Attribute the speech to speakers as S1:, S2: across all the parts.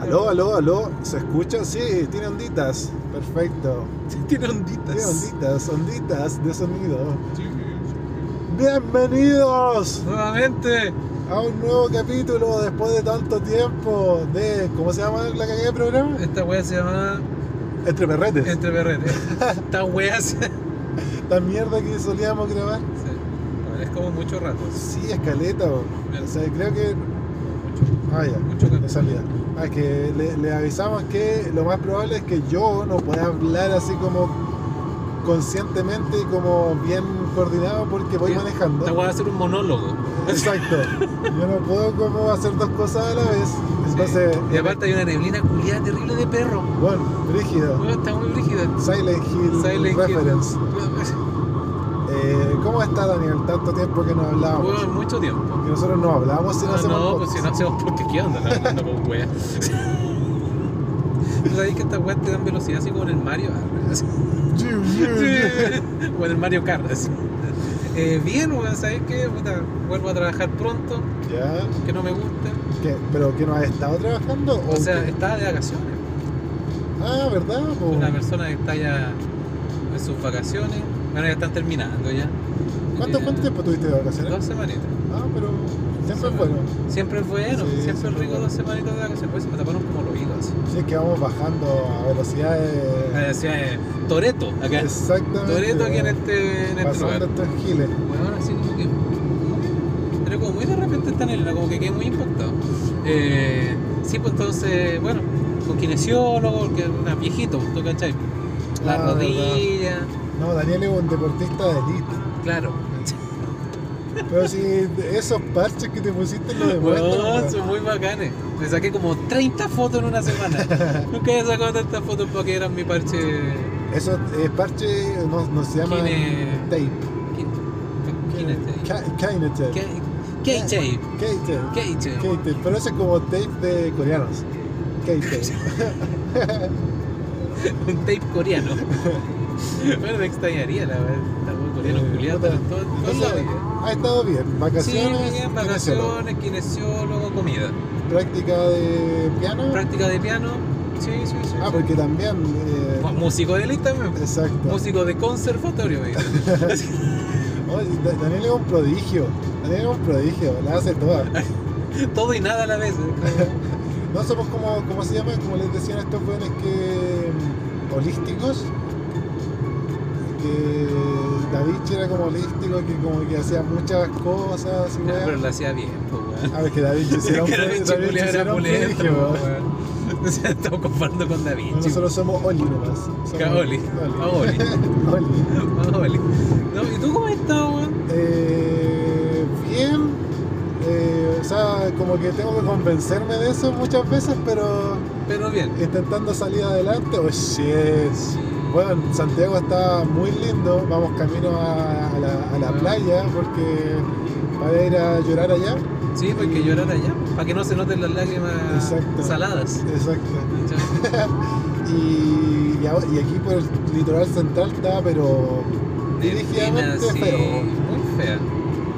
S1: Aló, aló, aló. ¿Se escuchan? Sí, tiene onditas. Perfecto.
S2: Tiene onditas.
S1: Tiene onditas, onditas de sonido.
S2: Sí, sí.
S1: Bienvenidos
S2: Nuevamente.
S1: a un nuevo capítulo después de tanto tiempo de... ¿Cómo se llama la cagué de programa?
S2: Esta wea se llama
S1: Entre perretes.
S2: Entre Berretes. Esta wea se. Sí.
S1: La mierda que solíamos grabar.
S2: La verdad Es como mucho rato.
S1: Sí, escaleta. bro. O sea, creo que...
S2: Mucho.
S1: Ah, ya.
S2: Mucho
S1: de
S2: calor.
S1: salida. Ah, es que le, le avisamos que lo más probable es que yo no pueda hablar así como conscientemente y como bien coordinado porque voy
S2: Esta
S1: manejando.
S2: wea va a ser un monólogo.
S1: Exacto. Yo no puedo como hacer dos cosas a la vez. Entonces, eh,
S2: Sí. Y aparte hay una neblina culiada terrible de perro.
S1: bueno, rígido.
S2: Wea, está muy rígida.
S1: Silent Hill
S2: Silent Hill.
S1: Mm, reference. Eh, ¿Cómo está Daniel? Tanto tiempo que no hablábamos.
S2: Wea, mucho tiempo.
S1: Que nosotros no hablábamos si no,
S2: Ah,
S1: hacemos
S2: no, pues
S1: podcast.
S2: si no hacemos porque qué onda, no, hablando con wea. ¿Sabéis que estas weas te dan velocidad así como en el Mario? Ah, así.
S1: Yu, yu, yu.
S2: o en el Mario Kart. así. Eh, bien, weón, ¿sabes qué? Puta, vuelvo a trabajar pronto,
S1: ¿Ya?
S2: que no me gusta.
S1: ¿Qué? ¿Pero que no has estado trabajando?
S2: O sea,
S1: qué?
S2: estaba de vacaciones.
S1: Ah, ¿verdad? po?
S2: Una persona que está ya en sus vacaciones. Bueno, ya están terminando ya.
S1: ¿Cuánto,
S2: Eh,
S1: cuánto tiempo tuviste de vacaciones?
S2: Dos semanitas.
S1: Ah, pero siempre es bueno.
S2: Siempre es bueno,
S1: Sí,
S2: siempre es
S1: siempre
S2: rico
S1: bueno.
S2: dos semanitas de vacaciones. Pues se me taparon como los oídos así.
S1: Sí, es que vamos bajando a
S2: Me
S1: velocidades.
S2: decía eh, Toreto acá.
S1: Exactamente.
S2: Toreto aquí en este, en este
S1: Pasando
S2: lugar.
S1: estos giles.
S2: Bueno, así como que. Pero como muy de repente está en como que quedé muy impactado. Eh, sí, pues entonces, bueno, con kinesiólogo, que era viejito, ¿tú cachai? La
S1: Ah,
S2: rodilla,
S1: No, Daniel es un deportista de elite.
S2: claro.
S1: Pero si esos parches que te pusiste lo
S2: Bueno,
S1: demuestran.
S2: son muy bacanes. Me saqué como 30 fotos en una semana. Nunca había sacado tantas fotos porque eran mi parche.
S1: ¿no? Esos eh, parches no, no se llaman
S2: Kine-
S1: tape.
S2: Kine-
S1: Ki- Kine tape.
S2: K- K-Tape.
S1: K-tape.
S2: K-Tape.
S1: K-tape. Pero ese es como tape de coreanos. K-tape.
S2: Un tape coreano. bueno, me extrañaría la verdad. Está muy coreano,
S1: Eh,
S2: culiado,
S1: puta.
S2: todo, todo
S1: Entonces, Ha estado bien.
S2: Sí,
S1: Vacaciones.
S2: bien,
S1: kinesiólogo.
S2: vacaciones, kinesiólogo, comida.
S1: práctica de piano.
S2: Práctica de piano, sí, sí, sí.
S1: Ah, porque también. eh,
S2: Pues, Músico de elite también.
S1: exacto.
S2: Músico de conservatorio, güey.
S1: Oh, y Da- Daniel es un prodigio. Daniel es un prodigio, la hace toda.
S2: Todo y nada a la vez.
S1: Ah,
S2: eh.
S1: No somos como, ¿cómo se llama? Como les decían a estos jóvenes que. mm, holísticos. Que Da Vinci era como holístico, que como que hacía muchas cosas y
S2: Pero
S1: weá.
S2: lo hacía bien, pues, güey.
S1: Ah, es que Da Vinci sí era un,
S2: Que Da
S1: pro-
S2: Vinci
S1: Da Vinci
S2: culiao
S1: sí era
S2: era
S1: un
S2: pulento,
S1: prodigio, weá.
S2: güey. O sea, estamos comparando con Da Vinci.
S1: Nosotros somos Oli nomás. Somos
S2: Que Oli. A Oli.
S1: Oli.
S2: Ah, vale. No, ¿Y tú cómo has estado, güey?
S1: Eh, bien, eh, o sea, como que tengo que convencerme de eso muchas veces, pero
S2: Pero bien.
S1: intentando salir adelante, oh shit. Bueno, Santiago está muy lindo, vamos camino a, a la, a
S2: Ah.
S1: la playa porque voy a ir a llorar allá.
S2: Sí, porque llorar allá, para que no se noten las lágrimas
S1: Exacto.
S2: saladas.
S1: Exacto.
S2: ¿Cachai?
S1: Y, y ahora- y aquí por el litoral central está, pero
S2: Neblina,
S1: dirigidamente
S2: sí,
S1: "Ah, feo.
S2: Muy fea.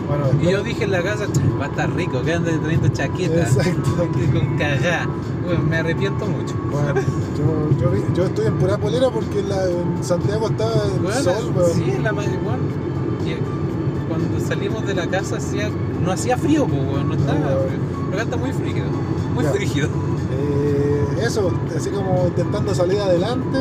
S1: Bueno,
S2: Y yo dije en la casa, "Ch, va a estar rico, que andan trayendo chaqueta.
S1: Exacto.
S2: que Con cagá. Bueno, me arrepiento mucho.
S1: Bueno, yo, yo, vi- yo estoy en pura polera porque en la- en Santiago está el
S2: Bueno,
S1: sol, weón.
S2: sí, la madre, bueno, y cuando salimos de la casa hacía, no hacía frío, pues, weón, no estaba
S1: weón.
S2: frío. Pero acá está muy frígido, muy
S1: Ah, Ya.
S2: frígido.
S1: Eh, eso, así como intentando salir adelante,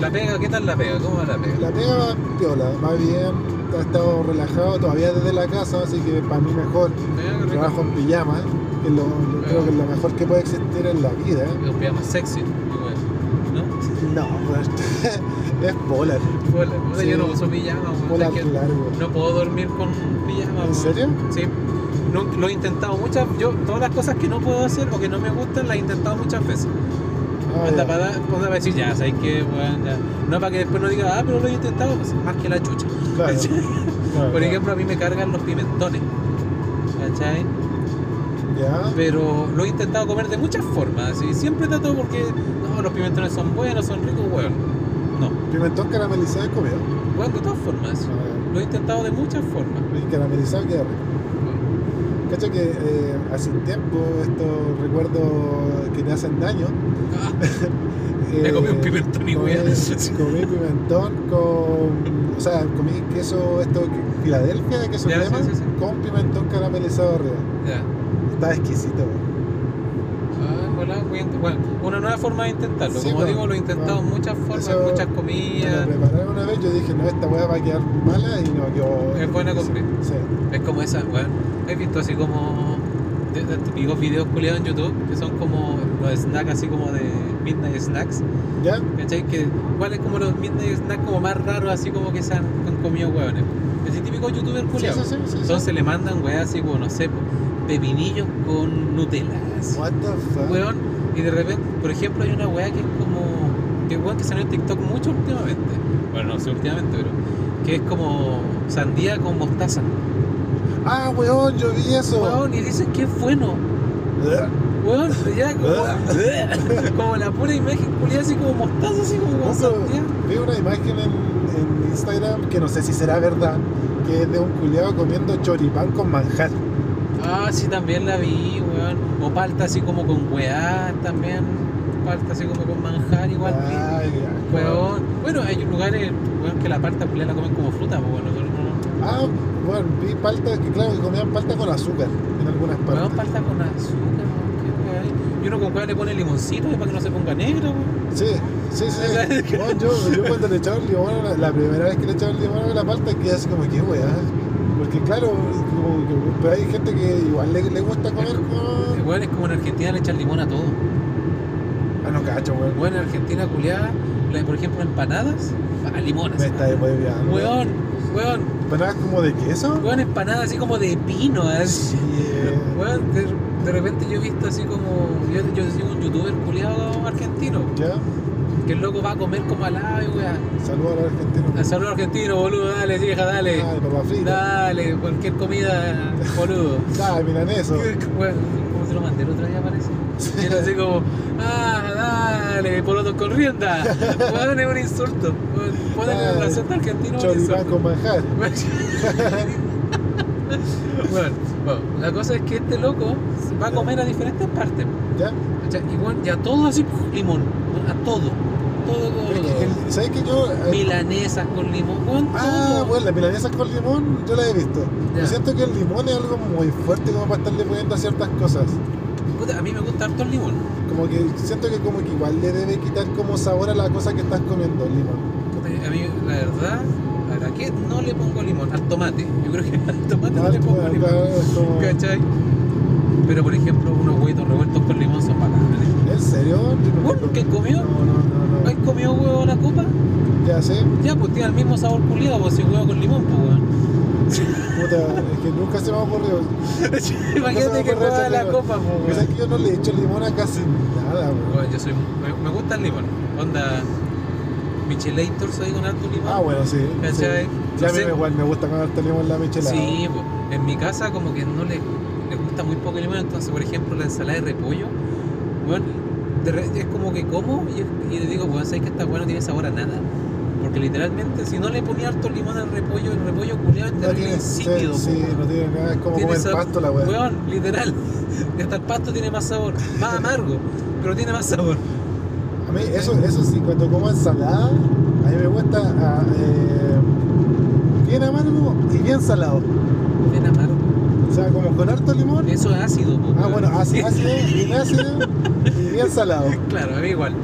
S2: La pega, ¿qué tal la pega? ¿Cómo va la pega?
S1: la pega va piola, va bien, ha estado relajado todavía desde la casa, así que para mí mejor.
S2: Pega, rico.
S1: Trabajo en pijama, que lo, lo- creo que es lo mejor que puede existir en la vida.
S2: Los pijamas sexy, muy bueno, ¿no?
S1: No, es polar,
S2: Fue la- puta,
S1: Sí.
S2: Yo no uso pijama, weón,
S1: polar
S2: es que
S1: largo.
S2: no puedo dormir con pijama.
S1: ¿En
S2: weón.
S1: serio?
S2: Sí, No- lo he intentado muchas yo todas las cosas que no puedo hacer o que no me gustan las he intentado muchas veces.
S1: Ah,
S2: Onda
S1: ya.
S2: para, dar- onda para decir, ya, sabes que, weón, ya. No para que después no diga, ah, pero lo he intentado, pues, más que la chucha.
S1: Claro,
S2: ¿Cachai?
S1: claro,
S2: Por ejemplo, a mí me cargan los pimentones, ¿cachai?
S1: ya,
S2: Pero lo he intentado comer de muchas formas, y siempre trato porque, no, los pimentones son buenos, son ricos, weón. No,
S1: pimentón caramelizado es comida.
S2: weón, de todas formas.
S1: Ah,
S2: Lo he intentado de muchas formas.
S1: ya. Y caramelizado queda rico.
S2: weón.
S1: Cacha que eh, hace un tiempo estos recuerdos que te hacen daño.
S2: Me
S1: eh,
S2: comí un pimentón y
S1: comí-
S2: wea.
S1: Comí pimentón con. O sea, comí queso, esto, que- Filadelfia de queso
S2: Ya, sí,
S1: crema,
S2: sí, sí.
S1: con pimentón caramelizado arriba.
S2: Ya.
S1: Estaba exquisito, weón.
S2: Ah, voilà, voy a int- bueno, una nueva forma de intentarlo.
S1: Sí,
S2: Como
S1: bueno,
S2: digo, lo he intentado en
S1: bueno.
S2: muchas formas,
S1: Eso-
S2: muchas
S1: Me lo
S2: comidas.
S1: prepararon una vez, yo dije, no, esta weá va a quedar mala y no, yo. eh,
S2: Es buena con pimentón.
S1: Sí.
S2: Es como esa, weón. He visto así como de- de típicos videos culiados en YouTube que son como los snacks así como de Midnight Snacks.
S1: ¿Ya?
S2: ¿Cachai? Que, ¿Cuál es como los Midnight Snacks como más raros así como que se han, han comido weones? Ese típico youtuber
S1: Sí,
S2: culiado.
S1: sí, sí, sí, sí.
S2: Entonces le mandan weas así como, no sé, po, pepinillos con Nutella. así.
S1: What the fuck?
S2: weón, y de repente, por ejemplo, hay una weá que es como. que weón que salió en TikTok mucho últimamente. Bueno, no sé últimamente, pero. que es como sandía con mostaza.
S1: Ah, weón, yo vi eso.
S2: Weón, y dicen que es bueno. Weón, ya como, como la pura imagen culiada así como mostaza, así como con
S1: Ojo,
S2: sandía.
S1: vi una imagen en, en Instagram que no sé si será verdad, que es de un culiado comiendo choripán con manjar.
S2: Ah, sí, también la vi, weón. O palta así como con weá también. Palta así como con manjar igual.
S1: Ay,
S2: vi.
S1: ya.
S2: Weón. Bueno, hay lugares weón, que la palta culiada la comen como fruta, pues bueno, nosotros no.
S1: Ah, bueno, vi palta, que claro, que comían palta con azúcar en algunas partes.
S2: Weón, palta con azúcar, weón, qué weá hay. Y uno con cuál le pone limoncito para que no se ponga negro, weón.
S1: Sí, sí, sí. Weón, yo, yo cuando le echaba el limón, a la, la primera vez que le echaba el limón a la palta, quedé así como que weá. Porque claro, como que- pero hay gente que igual le, le gusta comer con.
S2: Weón, es como en Argentina le echan limón a todo.
S1: Ah, no cacho, weón.
S2: Weón, en Argentina culiada, la- por ejemplo, empanadas, a limones.
S1: Me está desmotivando.
S2: Weón, weón,
S1: ¿Empanadas como de queso?
S2: weón, empanadas así como de pino, así.
S1: Sí, eh.
S2: Weón, de, de repente yo he visto así como. Yo, yo sigo un youtuber culiado argentino,
S1: Ya,
S2: que el loco va a comer como al ave, weón.
S1: saludos a los argentinos.
S2: Al saludo argentino, boludo, dale, vieja, dale.
S1: Ay, papá frita.
S2: Dale, cualquier comida, boludo.
S1: Ay, miran eso.
S2: Bueno, ¿Cómo se lo mandé el otro día parece? Era así como, ah, dale, poloto con rienda. Weón, es un insulto. Pueden
S1: Ay,
S2: el acento argentino es un
S1: Choripán
S2: insulto.
S1: con manjar.
S2: bueno, bueno, la cosa es que este loco se va a comer a diferentes partes.
S1: ¿Ya?
S2: ¿cachai? Y bueno, y a todo así, ¡puf! limón. A todo. Todo, todo,
S1: Es que
S2: todo.
S1: el- ¿Sabes que yo.? eh,
S2: Milanesas con limón. weón,
S1: Ah,
S2: todo.
S1: bueno, las milanesas con limón yo las he visto.
S2: Ya.
S1: Yo siento que el limón es algo muy fuerte como para estarle poniendo a ciertas cosas.
S2: Puta, a mí me gusta harto el limón.
S1: Como que siento que como que igual le debe quitar como sabor a la cosa que estás comiendo, el limón.
S2: Puta, A mí, la verdad, ¿a qué no le pongo limón? Al tomate. Yo creo que al tomate no,
S1: Ah,
S2: le pongo
S1: claro,
S2: limón.
S1: claro, es como-
S2: ¿Cachai? Pero por ejemplo, unos huevitos revueltos con limón son bacanes.
S1: ¿En serio? Yo no-
S2: Bueno, ¿qué comió?
S1: No, no, no,
S2: ¿Has
S1: no.
S2: comido huevo en la copa?
S1: Ya sé.
S2: Ya, pues tiene el mismo sabor culiado, pues si huevo con limón, pues weón.
S1: Puta, es que nunca se me ha ocurrido.
S2: Imagínate que
S1: ocurre
S2: huevo en
S1: ese
S2: la
S1: limón.
S2: copa,
S1: Porque
S2: pues
S1: sabes
S2: weón.
S1: que yo no le echo limón a casi nada, weón.
S2: Weón, yo soy. Me, me gusta el limón. Onda. Michelator soy con harto limón.
S1: Ah, bueno, sí.
S2: ¿Cachai?
S1: sí.
S2: No
S1: Ya a mí
S2: sé.
S1: me- igual me gusta comer harto limón en la michelada.
S2: Sí, po. en mi casa como que no le, le gusta muy poco el limón, entonces por ejemplo la ensalada de repollo, bueno, de re- es como que como y, es- y le digo, bueno, sabes que esta bueno tiene sabor a nada. Porque literalmente si no le ponía harto limón al repollo, el repollo culiado es
S1: No
S2: terrible
S1: tiene, sí,
S2: insípido. po,
S1: sí,
S2: weón.
S1: no tiene nada, es como
S2: Tiene
S1: comer
S2: sabor-
S1: pasto la weá.
S2: Weón, literal. Hasta el pasto tiene más sabor, más amargo, pero tiene más sabor.
S1: A mí, eso, eso sí, cuando como ensalada, a mí me gusta ah, eh, bien amargo y bien salado.
S2: Bien amargo.
S1: O sea, como con harto limón.
S2: Eso es ácido. po,
S1: Ah,
S2: weón.
S1: bueno, ácido, ácido, bien ácido y bien salado.
S2: Claro, a mí igual.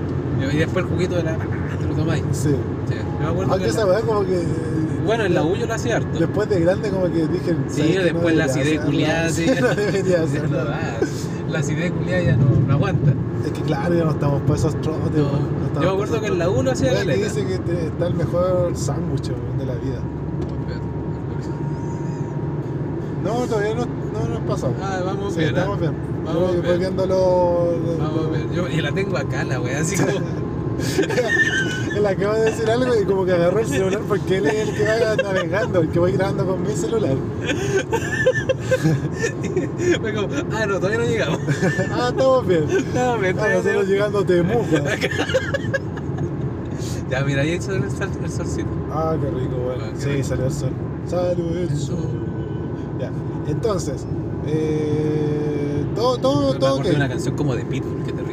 S2: Y después el juguito de la... ah, Te lo tomáis.
S1: Sí.
S2: Sí, yo me acuerdo
S1: Aunque
S2: que
S1: esa
S2: la-
S1: weá como que.
S2: Bueno, en la U yo lo hacía harto.
S1: Después de grande, como que dije.
S2: Sí,
S1: "Sabes qué? No
S2: después la
S1: debería
S2: acidez
S1: hacerlo".
S2: culiada, sí.
S1: No debería
S2: Ya no
S1: hacerlo.
S2: da, La acidez culiada ya no, no aguanta.
S1: Es que claro, ya no estamos para esos trotes.
S2: No,
S1: weón. pues, No
S2: yo
S1: estamos
S2: me
S1: pa'
S2: acuerdo
S1: esos
S2: que en la 1 hacía
S1: Oye, que
S2: galeta.
S1: dice que te- está el mejor sándwich weón, de la vida. No, todavía no, no nos pasamos.
S2: Ah, vamos
S1: sí,
S2: bien.
S1: estamos
S2: ah,
S1: bien.
S2: Vamos
S1: Yo voy
S2: bien.
S1: viendo los.
S2: Vamos bien. Yo, y la tengo acá, la wea, así como.
S1: Él acaba de decir algo y como que agarró el celular porque él es el que va navegando, el que voy grabando con mi celular.
S2: fue como, ah, no, todavía no llegamos.
S1: Ah, estamos bien.
S2: No, me
S1: Ah, nosotros llegando a Temuco.
S2: Ya, mira, ahí hizo el, sol, el solcito.
S1: Ah, qué rico, bueno.
S2: Ah, qué
S1: Sí,
S2: rico.
S1: salió el sol. Salió el sol. Ya. Entonces, Eh, todo, todo,
S2: Me
S1: todo.
S2: acuerdo
S1: ok.
S2: de una canción como de Pitbull, qué terrible.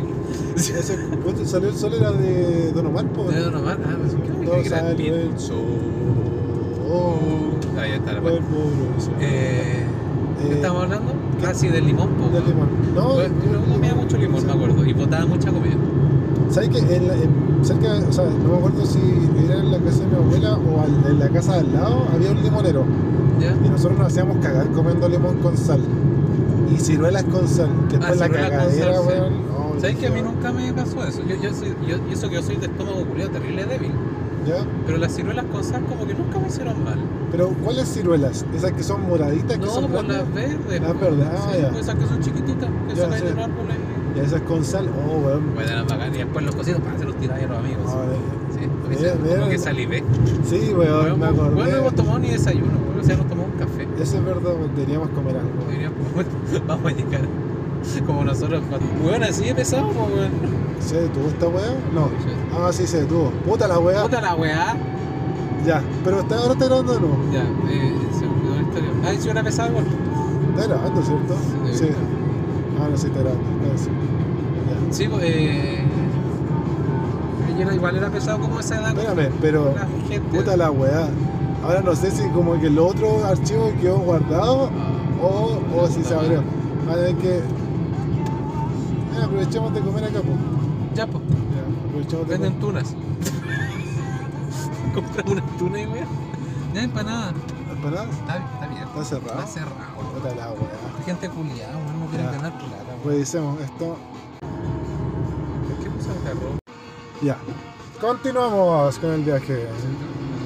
S1: Ese, puta, salió el sol era de Don Omar, po.
S2: De Don Omar, ah, pues, creo que
S1: Todo
S2: era
S1: sale
S2: Pitbull.
S1: el sol. Oh.
S2: Ahí está la
S1: Del
S2: parte. Eh, ¿Qué estamos hablando? Casi del limón, po.
S1: Del limón. No,
S2: Pues, yo comía mucho limón, me acuerdo, y botaba mucha comida.
S1: ¿Sabes que en la- en- cerca, o sea, no me acuerdo si era en la casa de mi abuela o al- en la casa de al lado, había un limonero.
S2: ¿Ya?
S1: Y nosotros nos hacíamos cagar comiendo limón con sal. Y ciruelas con sal. Que
S2: Ah,
S1: después la
S2: ciruelas con
S1: cagadera,
S2: sal, sí.
S1: weón. oh,
S2: ¿Sabes que a mí
S1: Dios.
S2: nunca me pasó eso? Yo, yo soy, yo, y eso que yo soy de estómago culiado terrible débil,
S1: ¿Ya?
S2: pero las ciruelas con sal como que nunca me hicieron mal.
S1: Pero, ¿cuáles ciruelas? Esas que son moraditas, que
S2: No, pues,
S1: son
S2: por
S1: grandes.
S2: las verdes.
S1: Las
S2: po.
S1: verdes, ah,
S2: sí,
S1: ya.
S2: pues esas que son chiquititas, que
S1: Ya,
S2: se caen
S1: sí.
S2: de un árbol ahí.
S1: Y esas con sal, oh, weón.
S2: Bueno, eran bacanas, y después los cocidos para hacerlos tirar a los amigos.
S1: Ah, vale.
S2: Sí, porque
S1: Mira,
S2: se-
S1: mira.
S2: como que salivé.
S1: Sí, weón, me acordé.
S2: bueno, no hemos tomado ni desayuno, weón, o sea, no tomamos un café.
S1: Eso es verdad, weón, deberíamos comer algo. weón.
S2: Diría, pues, Vamos a llegar. Como nosotros cuando. Bueno, así empezamos, pues, weón.
S1: ¿Se detuvo esta weá? No. Ah, sí, se detuvo. Puta la weá.
S2: Puta la weá.
S1: Ya. Pero está, ahora está grabando de nuevo.
S2: Ya, eh, se me olvidó la historia. Ah, hice una pesada, weón.
S1: Está grabando, ¿cierto?
S2: Sí.
S1: Sí. Ah, no, sí, está grabando. Ah, sí. Ya.
S2: Sí, pues, eh. Yo era- igual era pesado como esa edad. con
S1: Espérame, pero.
S2: La gente.
S1: Puta la weá. Ahora no sé si como que el otro archivo quedó guardado o, o si se abrió. A ver que. Mira, aprovechemos de comer acá, po.
S2: Ya, pues.
S1: Ya, aprovechemos de comer.
S2: Venden tunas. Compra una tuna y weón. Ya empanada.
S1: ¿Empanadas?
S2: Está, está abierto.
S1: ¿Está cerrado?
S2: Está cerrado.
S1: Puta la weá.
S2: La gente culiada, weón, no quiere
S1: Ya.
S2: ganar plata, weón.
S1: Revisemos esto.
S2: ¿Por qué puso el carro?
S1: Ya. Continuamos con el viaje.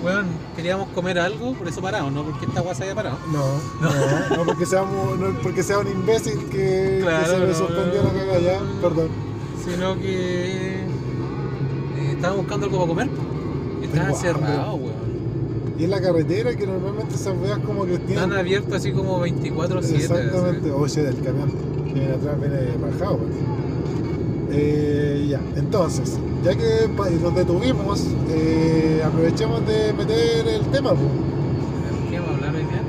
S2: Weón, queríamos comer algo, por eso paramos, ¿no? Porque esta guasa había parado.
S1: No, no, no porque sea un, no porque sea un imbécil que, que
S2: Claro,
S1: se le
S2: no,
S1: sorprendió
S2: no.
S1: la caga ya. Perdón.
S2: Sino que. eh, estaba buscando algo para comer. Y estaba
S1: Tengo
S2: cerrado, weón.
S1: Y es la carretera que normalmente esas weas como que tienen.
S2: Están abiertos así como 24-7.
S1: Exactamente, oye del camión que viene atrás, viene bajado. pues. Eh, ya, entonces, ya que pa- nos detuvimos, eh, aprovechemos de meter el tema. po.
S2: así. ¿Qué vamos a hablar hoy día?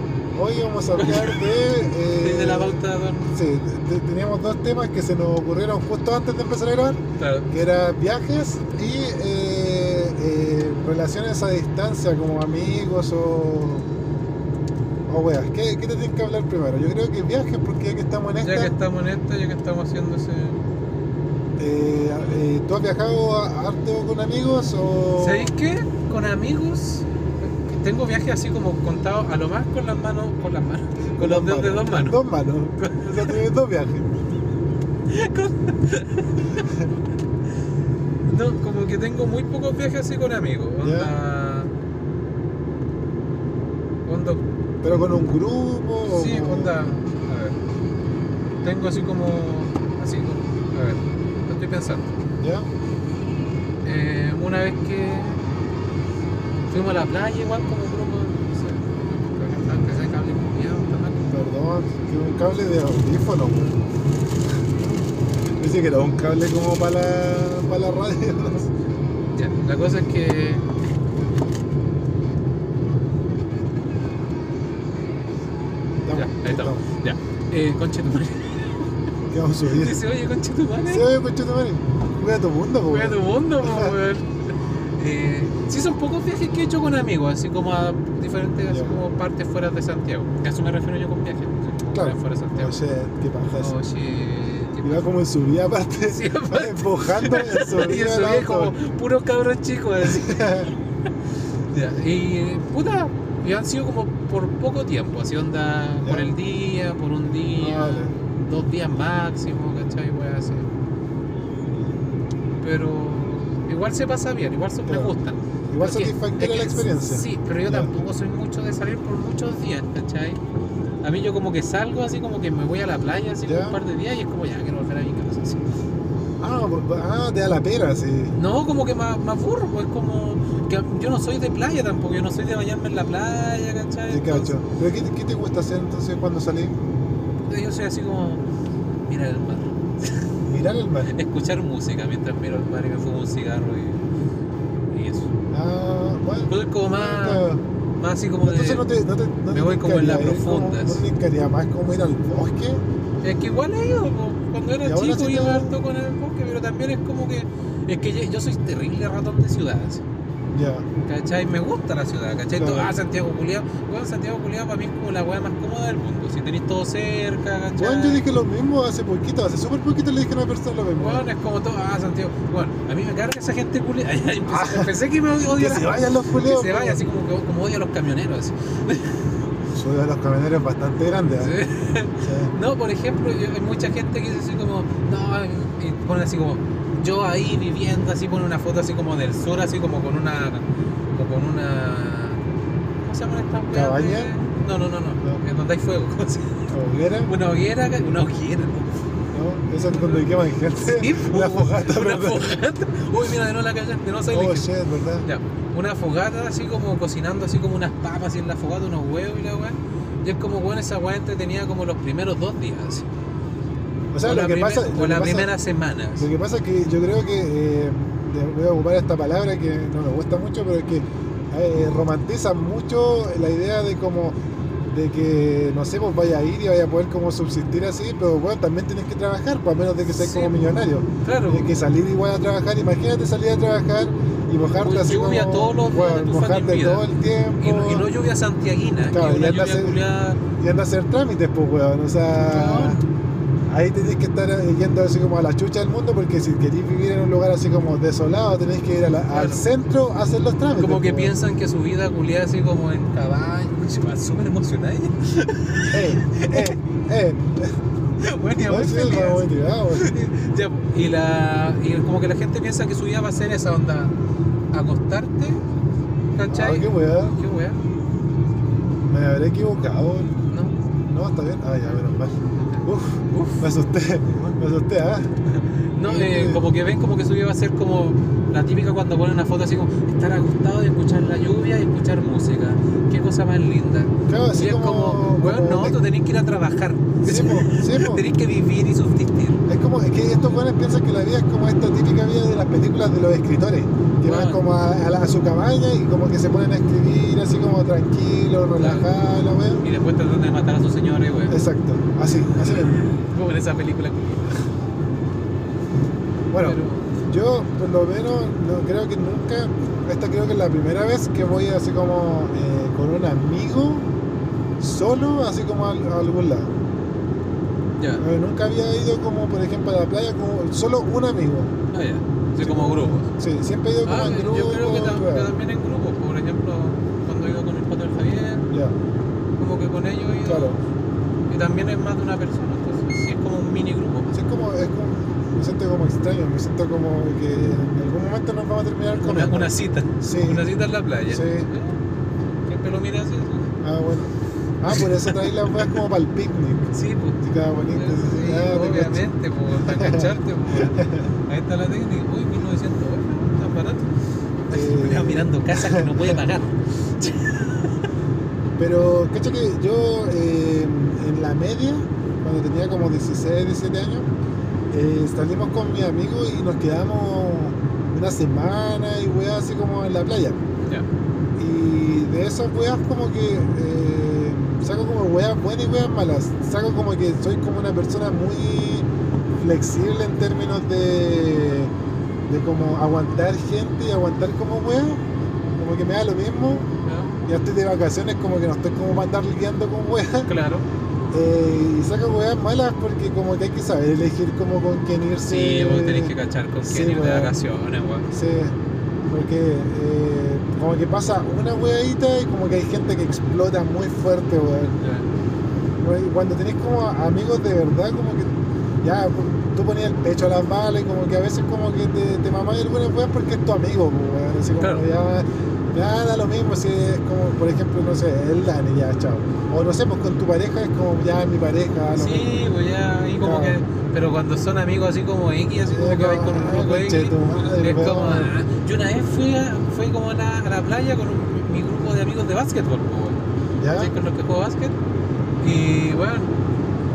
S1: Hoy vamos a hablar de. eh,
S2: Desde la pauta, weón.
S1: Sí, te- teníamos dos temas que se nos ocurrieron justo antes de empezar a grabar,
S2: Claro.
S1: que era viajes y eh, eh, relaciones a distancia como amigos o, o weas. ¿Qué, ¿Qué te tienes que hablar primero? Yo creo que viajes porque ya que estamos en
S2: Ya que
S1: esta,
S2: estamos en esta, ya que estamos haciendo ese.
S1: eh, eh, ¿tú has viajado a- harto con amigos o...?
S2: ¿Sabéis qué? Con amigos. que Tengo viajes así como contados a lo más con las manos, con las manos, con los dedos de dos manos.
S1: Dos manos. O sea, tienes dos viajes.
S2: No, como que tengo muy pocos viajes así con amigos. Onda. Onda.
S1: Pero con un grupo o
S2: Sí,
S1: con-
S2: onda. A ver. Tengo así como. Así como. A ver. Lo estoy pensando.
S1: ¿Ya?
S2: Eh, una vez que. Fuimos a la playa, igual como grupo. No sé. Creo que estaba empezando a hablar con mi amigo, está mal.
S1: Perdón, que un cable de audífono. weón. Dice que era un cable como para la, para la radio.
S2: Ya, la cosa es que. Ya, ahí estamos. Ya. Eh, conche tu madre.
S1: Quedamos subidos.
S2: Dice, oye, conche tu madre.
S1: Se ve coche tu madre. Cuida tu mundo, po,
S2: Voy a tu
S1: weón.
S2: mundo, po, weón. Eh, sí, son pocos viajes que he hecho con amigos, así como a diferentes así
S1: Ya.
S2: como partes fuera de Santiago. A eso me refiero yo con viajes, así como
S1: Claro. Pues,
S2: fuera de Santiago. Oh,
S1: Oye, qué paja eso.
S2: Oye, qué
S1: Y va como en subida aparte.
S2: Sí, aparte.
S1: Empujando en
S2: pasa. Y
S1: subida.
S2: eso
S1: el
S2: es como
S1: auto.
S2: puros cabros chicos. así. Ya, Y eh, puta, y han sido como por poco tiempo, así onda
S1: Ya.
S2: por el día, por un día,
S1: Vale.
S2: dos días máximo, ¿cachai? Weas así. Pero igual se pasa bien, igual son, me
S1: Claro.
S2: gustan.
S1: Igual
S2: Porque- es
S1: satisfactoria
S2: que
S1: la experiencia.
S2: Sí, pero yo
S1: Ya.
S2: tampoco soy mucho de salir por muchos días, ¿cachai? A mí yo como que salgo así como que me voy a la playa así
S1: Ya.
S2: un par de días y es como ya quiero volver a mi casa. así.
S1: Ah, bo- bo- ah, te da la pera, sí.
S2: No, como que me, me aburro, pues como que yo no soy de playa tampoco, yo no soy de bañarme en la playa, ¿cachai?
S1: Te
S2: Entonces,
S1: cacho. ¿Pero qué, qué te gusta hacer entonces cuando salís?
S2: Yo soy así como mirar el mar,
S1: Mirar el mar.
S2: escuchar música mientras miro el mar y me fumo un cigarro y, y eso.
S1: Ah, bueno.
S2: Pues como más,
S1: Claro.
S2: más así como de.
S1: Entonces no te, no te- no
S2: me
S1: te
S2: voy como en la
S1: tincaría, ¿eh? Como-
S2: profunda,
S1: No
S2: así.
S1: te tincaría más como ir al bosque.
S2: Es que igual he ido, po. cuando
S1: Y
S2: era
S1: ahora
S2: chico
S1: sí te-
S2: iba harto con el bosque, pero también es como que. Es que yo, yo soy terrible ratón de ciudad, así,
S1: Ya.
S2: ¿cachai? Me gusta la ciudad, ¿cachai?
S1: Claro.
S2: Todo- Ah, Santiago Culeado. Bueno, Santiago Culeado para mí es como la weá más cómoda del mundo. Si tenéis todo cerca, ¿cachai?
S1: Bueno, yo dije lo mismo hace poquito, hace súper poquito le dije a una persona lo mismo.
S2: Weón, es como todo. Ah, Santiago. Bueno, a mí me carga esa gente culia. Ay, Pensé, pensé Ah. que me
S1: que
S2: odiaba.
S1: se vayan los
S2: Que
S1: culeos.
S2: se vaya, así como, como odia a los camioneros. así.
S1: Yo veo a los camioneros bastante grandes. ¿eh? Sí.
S2: No, por ejemplo, yo- hay mucha gente que dice así como, no, y ponen así como, yo ahí viviendo, así pone una foto así como del sur, así como con una, como con una, ¿cómo se llaman estas weas
S1: ¿Cabaña?
S2: de- Eh, No, no, no, no,
S1: No.
S2: en donde hay fuego, ¿cómo se-
S1: La hoguera,
S2: una hoguera, ca- una hoguera,
S1: ¿no? Eso es donde queman gente.
S2: Sí,
S1: la
S2: po,
S1: fogata,
S2: una
S1: ¿verdad?
S2: fogata, uy, mira, de no la calle, de no salir.
S1: Oh, shit, ¿verdad?
S2: Ya, una fogata así como cocinando así como unas papas así en la fogata, unos huevos y la weá. Y es como, bueno, esa weá entretenida como los primeros dos días. así.
S1: O sea, lo
S2: la
S1: que
S2: primer-
S1: pasa.
S2: o
S1: lo que
S2: la
S1: pasa-
S2: primera semana.
S1: Lo que pasa es que yo creo que eh, de- voy a ocupar esta palabra que no me gusta mucho, pero es que eh, romantizan mucho la idea de como de que no sé, pues vaya a ir y vaya a poder como subsistir así, pero bueno, también tienes que trabajar, pues a menos de que seas
S2: Sí,
S1: como
S2: pues.
S1: millonario.
S2: Claro,
S1: Tienes que salir igual a trabajar, imagínate salir a trabajar y mojarte
S2: Con
S1: así
S2: lluvia
S1: como,
S2: todos los días
S1: bueno,
S2: de tu
S1: mojarte
S2: fucking vida.
S1: todo el tiempo
S2: y, no- y no lluvia santiaguina,
S1: Claro,
S2: que
S1: y
S2: una
S1: anda a
S2: lluvia
S1: hacer-
S2: culiada.
S1: y anda a hacer trámites, pues, weón. O sea, ahí tenés que estar eh, yendo así como a la chucha del mundo, porque si queréis vivir en un lugar así como desolado, tenés que ir a la-
S2: Claro.
S1: al centro a hacer los trámites.
S2: Como que
S1: pues, weón.
S2: piensan que su vida culiada así como en cabaña, se va súper emocionada. ella.
S1: Eh, eh, eh.
S2: Bueno, y
S1: No,
S2: muy
S1: sí,
S2: feliz.
S1: no, muy tirado, weón.
S2: Ya, po. y, la, y como que la gente piensa que su vida va a ser esa onda, acostarte, ¿cachai?
S1: Ah, qué weón.
S2: Qué wea,
S1: Me habré equivocado. weón.
S2: ¿no?
S1: No, está bien. Ah, ya, menos mal. Uf, me asusté. Me asusté, ¿ah?
S2: No, eh, como que ven como que su vida va a ser como la típica cuando ponen una foto así como estar acostado y escuchar la lluvia y escuchar música. Qué cosa más linda.
S1: Claro, así
S2: y es como,
S1: como-
S2: weón,
S1: como-
S2: no, tú tenés que ir a trabajar.
S1: Sí, po, sí, po.
S2: tenés que vivir y subsistir.
S1: Es como, es que estos jóvenes piensan que la vida es como esta típica vida de las películas de los escritores, que van
S2: Bueno.
S1: como a, a la- a su cabaña y como que se ponen a escribir así como tranquilo, relajado, la weón.
S2: Y después tratan de matar a sus señores, weón.
S1: Exacto, así, así mismo.
S2: Como en esa película.
S1: Bueno,
S2: Pero-
S1: yo por lo menos no, creo que nunca, esta creo que es la primera vez que voy así como eh, con un amigo, solo, así como a, a algún lado.
S2: ya,
S1: Eh, nunca había ido como, por ejemplo, a la playa con solo un amigo.
S2: ah, ya. Sí, como grupos.
S1: Sí, siempre he ido como
S2: Ah,
S1: en grupo.
S2: yo creo que, tam- que
S1: claro.
S2: también en grupos. Por ejemplo, cuando he ido con el pato del Javier,
S1: Ya,
S2: como que con ellos he ido.
S1: claro.
S2: Y también es más de una persona, entonces sí es como un mini grupo.
S1: Sí, es como, es como, me siento como extraño, me siento como que en algún momento nos vamos a terminar con
S2: Una,
S1: esto.
S2: una cita,
S1: Sí.
S2: una cita en la playa.
S1: Sí.
S2: ¿Eh? Siempre lo miras así.
S1: Ah, bueno. Ah, por eso traí las weas como para el picnic.
S2: Sí, pues.
S1: Sí, queda bonito.
S2: Sí,
S1: sí, ah, te cacho.
S2: obviamente, pues, para engancharte, pues. Ahí está la técnica, uy, 1900, bueno, tan barato.
S1: Eh.
S2: Estaba mirando casas que no puede pagar.
S1: Pero, cacho que yo eh, en la media, cuando tenía como 16, 17 años, eh, salimos con mi amigo y nos quedamos una semana y weas así como en la playa.
S2: Ya,
S1: Y de esas weas como que eh, saco como weas buenas y weas malas. Saco como que soy como una persona muy flexible en términos de, de como aguantar gente y aguantar como weas. Como que me da lo mismo. Ya estoy de vacaciones como que no estoy como para andar lidiando con weas.
S2: ya, claro.
S1: Eh, y saco weas malas porque como que hay que saber elegir como con quién irse.
S2: Sí, vos tenés que cachar con
S1: sí, pues.
S2: quién ir de
S1: weón.
S2: vacaciones, weón.
S1: Sí, porque eh, como que pasa una weadita y como que hay gente que explota muy fuerte, weón.
S2: Ya.
S1: Weón, y Cuando tenés como amigos de verdad, como que ya tú ponías el pecho a las balas y como que a veces como que te, te mamás de alguna weón porque es tu amigo, pues, weón. Así como
S2: Claro.
S1: ya, ya da lo mismo si es como, por ejemplo, no sé, el Dani, ya, chao. O no sé, pues con tu pareja es como ya mi pareja, lo mismo.
S2: Sí, pues ya, ahí como
S1: Claro.
S2: que. Pero cuando son amigos así como X, así como
S1: Es
S2: que vais con un
S1: como,
S2: grupo
S1: ah,
S2: X,
S1: conchetumadre,
S2: es como.
S1: weón.
S2: ah, Yo una vez fui, a, fui como a la, a la playa con un- mi grupo de amigos de básquetbol, pues, weón.
S1: ¿Ya?
S2: ¿cachai? con los que juego básquet. Y bueno,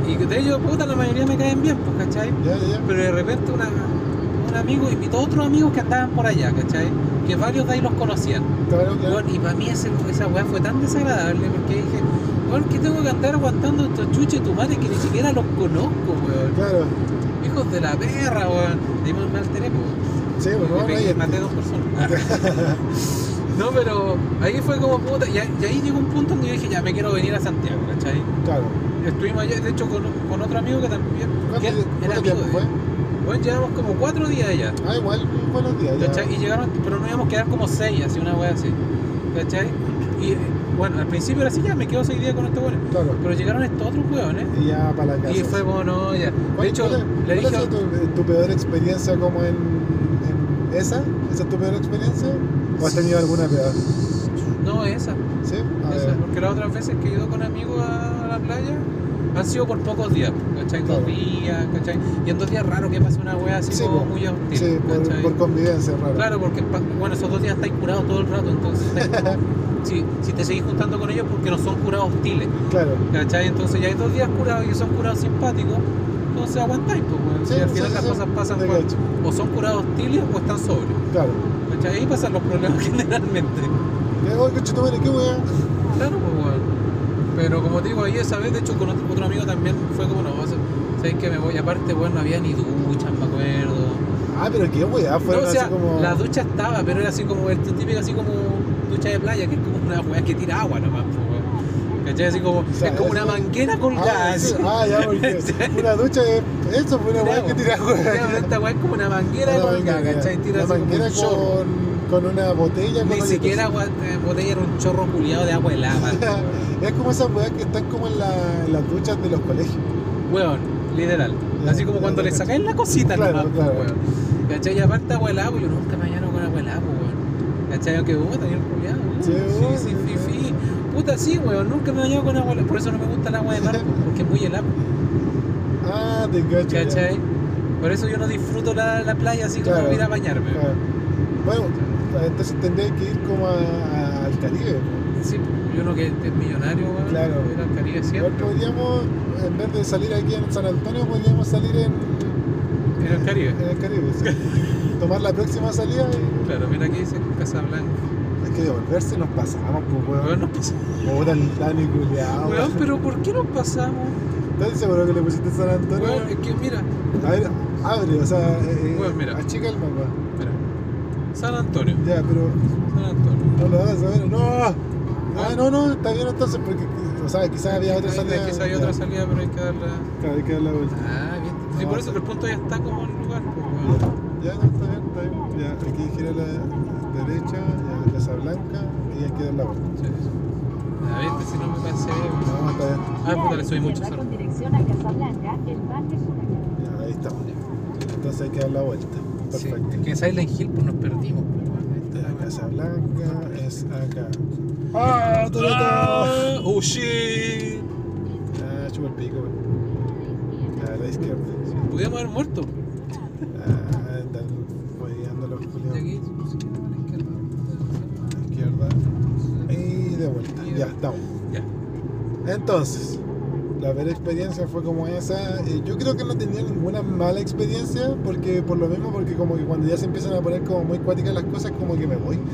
S2: y de ellos, puta, la mayoría me caen bien, pues, ¿cachai?
S1: ¿Ya, ya, ya?
S2: Pero de repente una, un amigo invitó a otros amigos que andaban por allá, ¿cachai? Que varios de ahí los conocían.
S1: Claro, claro.
S2: Weón, y para mí ese- esa weá fue tan desagradable porque dije, weón, ¿qué tengo que andar aguantando estos chuches tu madre que ni siquiera los conozco, weón?
S1: Claro,
S2: Hijos de la perra, weón. Y me, me alteré, pues, weón.
S1: sí, bueno,
S2: Me
S1: vamos
S2: pegué,
S1: ahí.
S2: maté a dos personas. no, pero ahí fue como puta. Y ahí, y ahí llegó un punto donde yo dije, ya me quiero venir a Santiago, ¿cachai?
S1: Claro.
S2: Estuvimos allá, de hecho, con, con otro amigo que también.
S1: ¿Cuánto,
S2: que era
S1: cuánto
S2: amigo
S1: tiempo
S2: de-
S1: fue?
S2: Bueno, llevamos como cuatro días allá.
S1: Ah, igual, buenos días. Ya.
S2: ¿Cachai? Y llegaron, pero no íbamos a quedar como seis, así una wea así. ¿Cachai? Y eh, bueno, al principio era así, ya me quedo seis días con estos weones.
S1: Claro.
S2: Pero llegaron estos otros weones.
S1: Y ya para la casa.
S2: Y fue como, no, ya. De
S1: ¿Cuál-
S2: hecho,
S1: cuál es-
S2: le
S1: cuál
S2: dije.
S1: ha
S2: a-
S1: sido tu, tu peor experiencia como en, en esa? ¿Esa es tu peor experiencia? ¿O has tenido alguna peor?
S2: No, esa.
S1: ¿Sí? A
S2: Esa,
S1: ver.
S2: porque las otras veces que he ido con amigos a la playa han sido por pocos días, ¿cachai?
S1: Claro.
S2: Dos días, ¿cachai? Y en dos días raro que pase una wea así
S1: Sí,
S2: como
S1: po.
S2: muy hostil,
S1: Sí, por,
S2: ¿cachai?
S1: por convivencia, raro.
S2: Claro, porque pa- bueno, esos dos días estáis curados todo el rato, entonces estáis como- si, si te seguís juntando con ellos porque no son curados hostiles,
S1: Claro.
S2: ¿cachai? Entonces ya hay dos días curados y son curados simpáticos, entonces aguantáis, pues, weón.
S1: Sí,
S2: Y al
S1: sí,
S2: final
S1: sí,
S2: las
S1: sí,
S2: cosas pasan
S1: de
S2: cuando
S1: hecho.
S2: o son curados hostiles o están sobrios,
S1: Claro.
S2: ¿cachai? Ahí pasan los problemas generalmente.
S1: Ya, oh, conchetumare, qué wea.
S2: Claro, pues, weón. Pero como te digo, ahí esa vez, de hecho, con otro, otro amigo también fue como, no, o sea, ¿sabes que me voy? Aparte, weón, no había ni duchas, me acuerdo.
S1: Ah, pero qué wea. Fueron
S2: no, o sea,
S1: así como.
S2: la ducha estaba, pero era así como, el típico así como ducha de playa, que es como una weá que tira agua nomás, pues, weón. ¿Cachai? Así como,
S1: sea,
S2: es como
S1: eso-
S2: una manguera colgada.
S1: Ah,
S2: así.
S1: sí. Ah, ya, porque una ducha de. Eso fue una wea que
S2: Tira
S1: tira
S2: agua.
S1: wea.
S2: Claro, Esta weá es como una manguera
S1: Una
S2: colgada,
S1: manguera.
S2: ¿cachai? Tira
S1: Una
S2: así como
S1: manguera
S2: un chorro.
S1: con, con una botella. con
S2: Ni
S1: algo
S2: siquiera agua, eh, botella era un chorro culiado de agua helada.
S1: que- Es como esas weas que están como en, la- en las duchas de los colegios.
S2: Weón, literal.
S1: Ya,
S2: Así como
S1: ya,
S2: cuando
S1: ya,
S2: le
S1: cacho.
S2: sacáis la cosita
S1: Claro,
S2: nomás, pues,
S1: claro.
S2: weón. ¿Cachai? Y aparte agua helada, pues yo nunca me lleno con agua helada, pues, weón. ¿Cachai? Yo que puta, yo culiado, weón.
S1: Sí,
S2: Sí,
S1: weón.
S2: sí, fifi. Puta, sí, weón, nunca me he bañado con agua helada. Por eso no me gusta el agua de mar, pues, porque es muy helada,
S1: Ah, te cacho. ya.
S2: ¿cachai? Por eso yo no disfruto la, la playa así
S1: Claro.
S2: como ir a bañarme.
S1: Claro. Ah. Bueno, entonces tendría que ir como a- a- al Caribe.
S2: Sí, yo no que es millonario, weón.
S1: Claro.
S2: Era el Caribe
S1: Igual
S2: siempre.
S1: podríamos, en vez de salir aquí en San Antonio, podríamos salir en,
S2: Era el Caribe.
S1: en el Caribe. sí. Tomar la próxima salida y
S2: Claro, mira aquí dice Casablanca.
S1: es que devolverse nos pasamos, pues
S2: Weón,
S1: weón. Ah,
S2: nos pasamos.
S1: Puta el Dani culiao.
S2: Weón, pero ¿por qué nos pasamos?
S1: ¿Estás seguro que le pusiste San Antonio?
S2: Weón, es que mira,
S1: A ver, abre, o sea, eh, eh,
S2: Weón, mira.
S1: achica el mapa.
S2: Mira. San Antonio,
S1: Ya, pero
S2: San Antonio.
S1: no lo hagas, a ver, no. Ah, no, no, está bien entonces, porque, o sea, quizás había otra
S2: Ahí
S1: salida.
S2: Quizá hay
S1: Ya,
S2: otra salida, pero hay que darla.
S1: claro, hay que dar la vuelta.
S2: Ah, bien. Sí,
S1: Ah.
S2: por eso que el punto ya está como en el lugar. pues, weón.
S1: Ya, no, está bien, está bien. Ya, aquí gira la derecha, ya Casa Blanca y hay que dar la vuelta.
S2: Sí, sí. Ah, viste, si no me pasé. weón.
S1: No, está bien.
S2: Ah, puta, le subí mucho. sorry.
S3: Con dirección a Casablanca, el mar de Suraca.
S1: Ya, ahí estamos. Entonces hay que dar la vuelta.
S2: Sí,
S1: Perfecto.
S2: es que en Silent Hill pues, nos perdimos. pues, weón. Ahí está la
S1: Ya,
S2: weá.
S1: Casa Blanca es acá. ¡Ah, Toledo! Ah,
S2: Ah, ¡Oh, shit!
S1: chupa el pico. Ah, A la izquierda.
S2: Podríamos haber muerto.
S1: Ah, están hueveando los
S2: De
S1: culiados.
S2: aquí, sí, a la izquierda.
S1: Izquierda. Y de vuelta. Ya, estamos.
S2: Ya.
S1: Entonces, la primera experiencia fue como esa. Eh, Yo creo que no tenía ninguna mala experiencia, porque por lo mismo, porque como que cuando ya se empiezan a poner como muy cuáticas las cosas, como que me voy.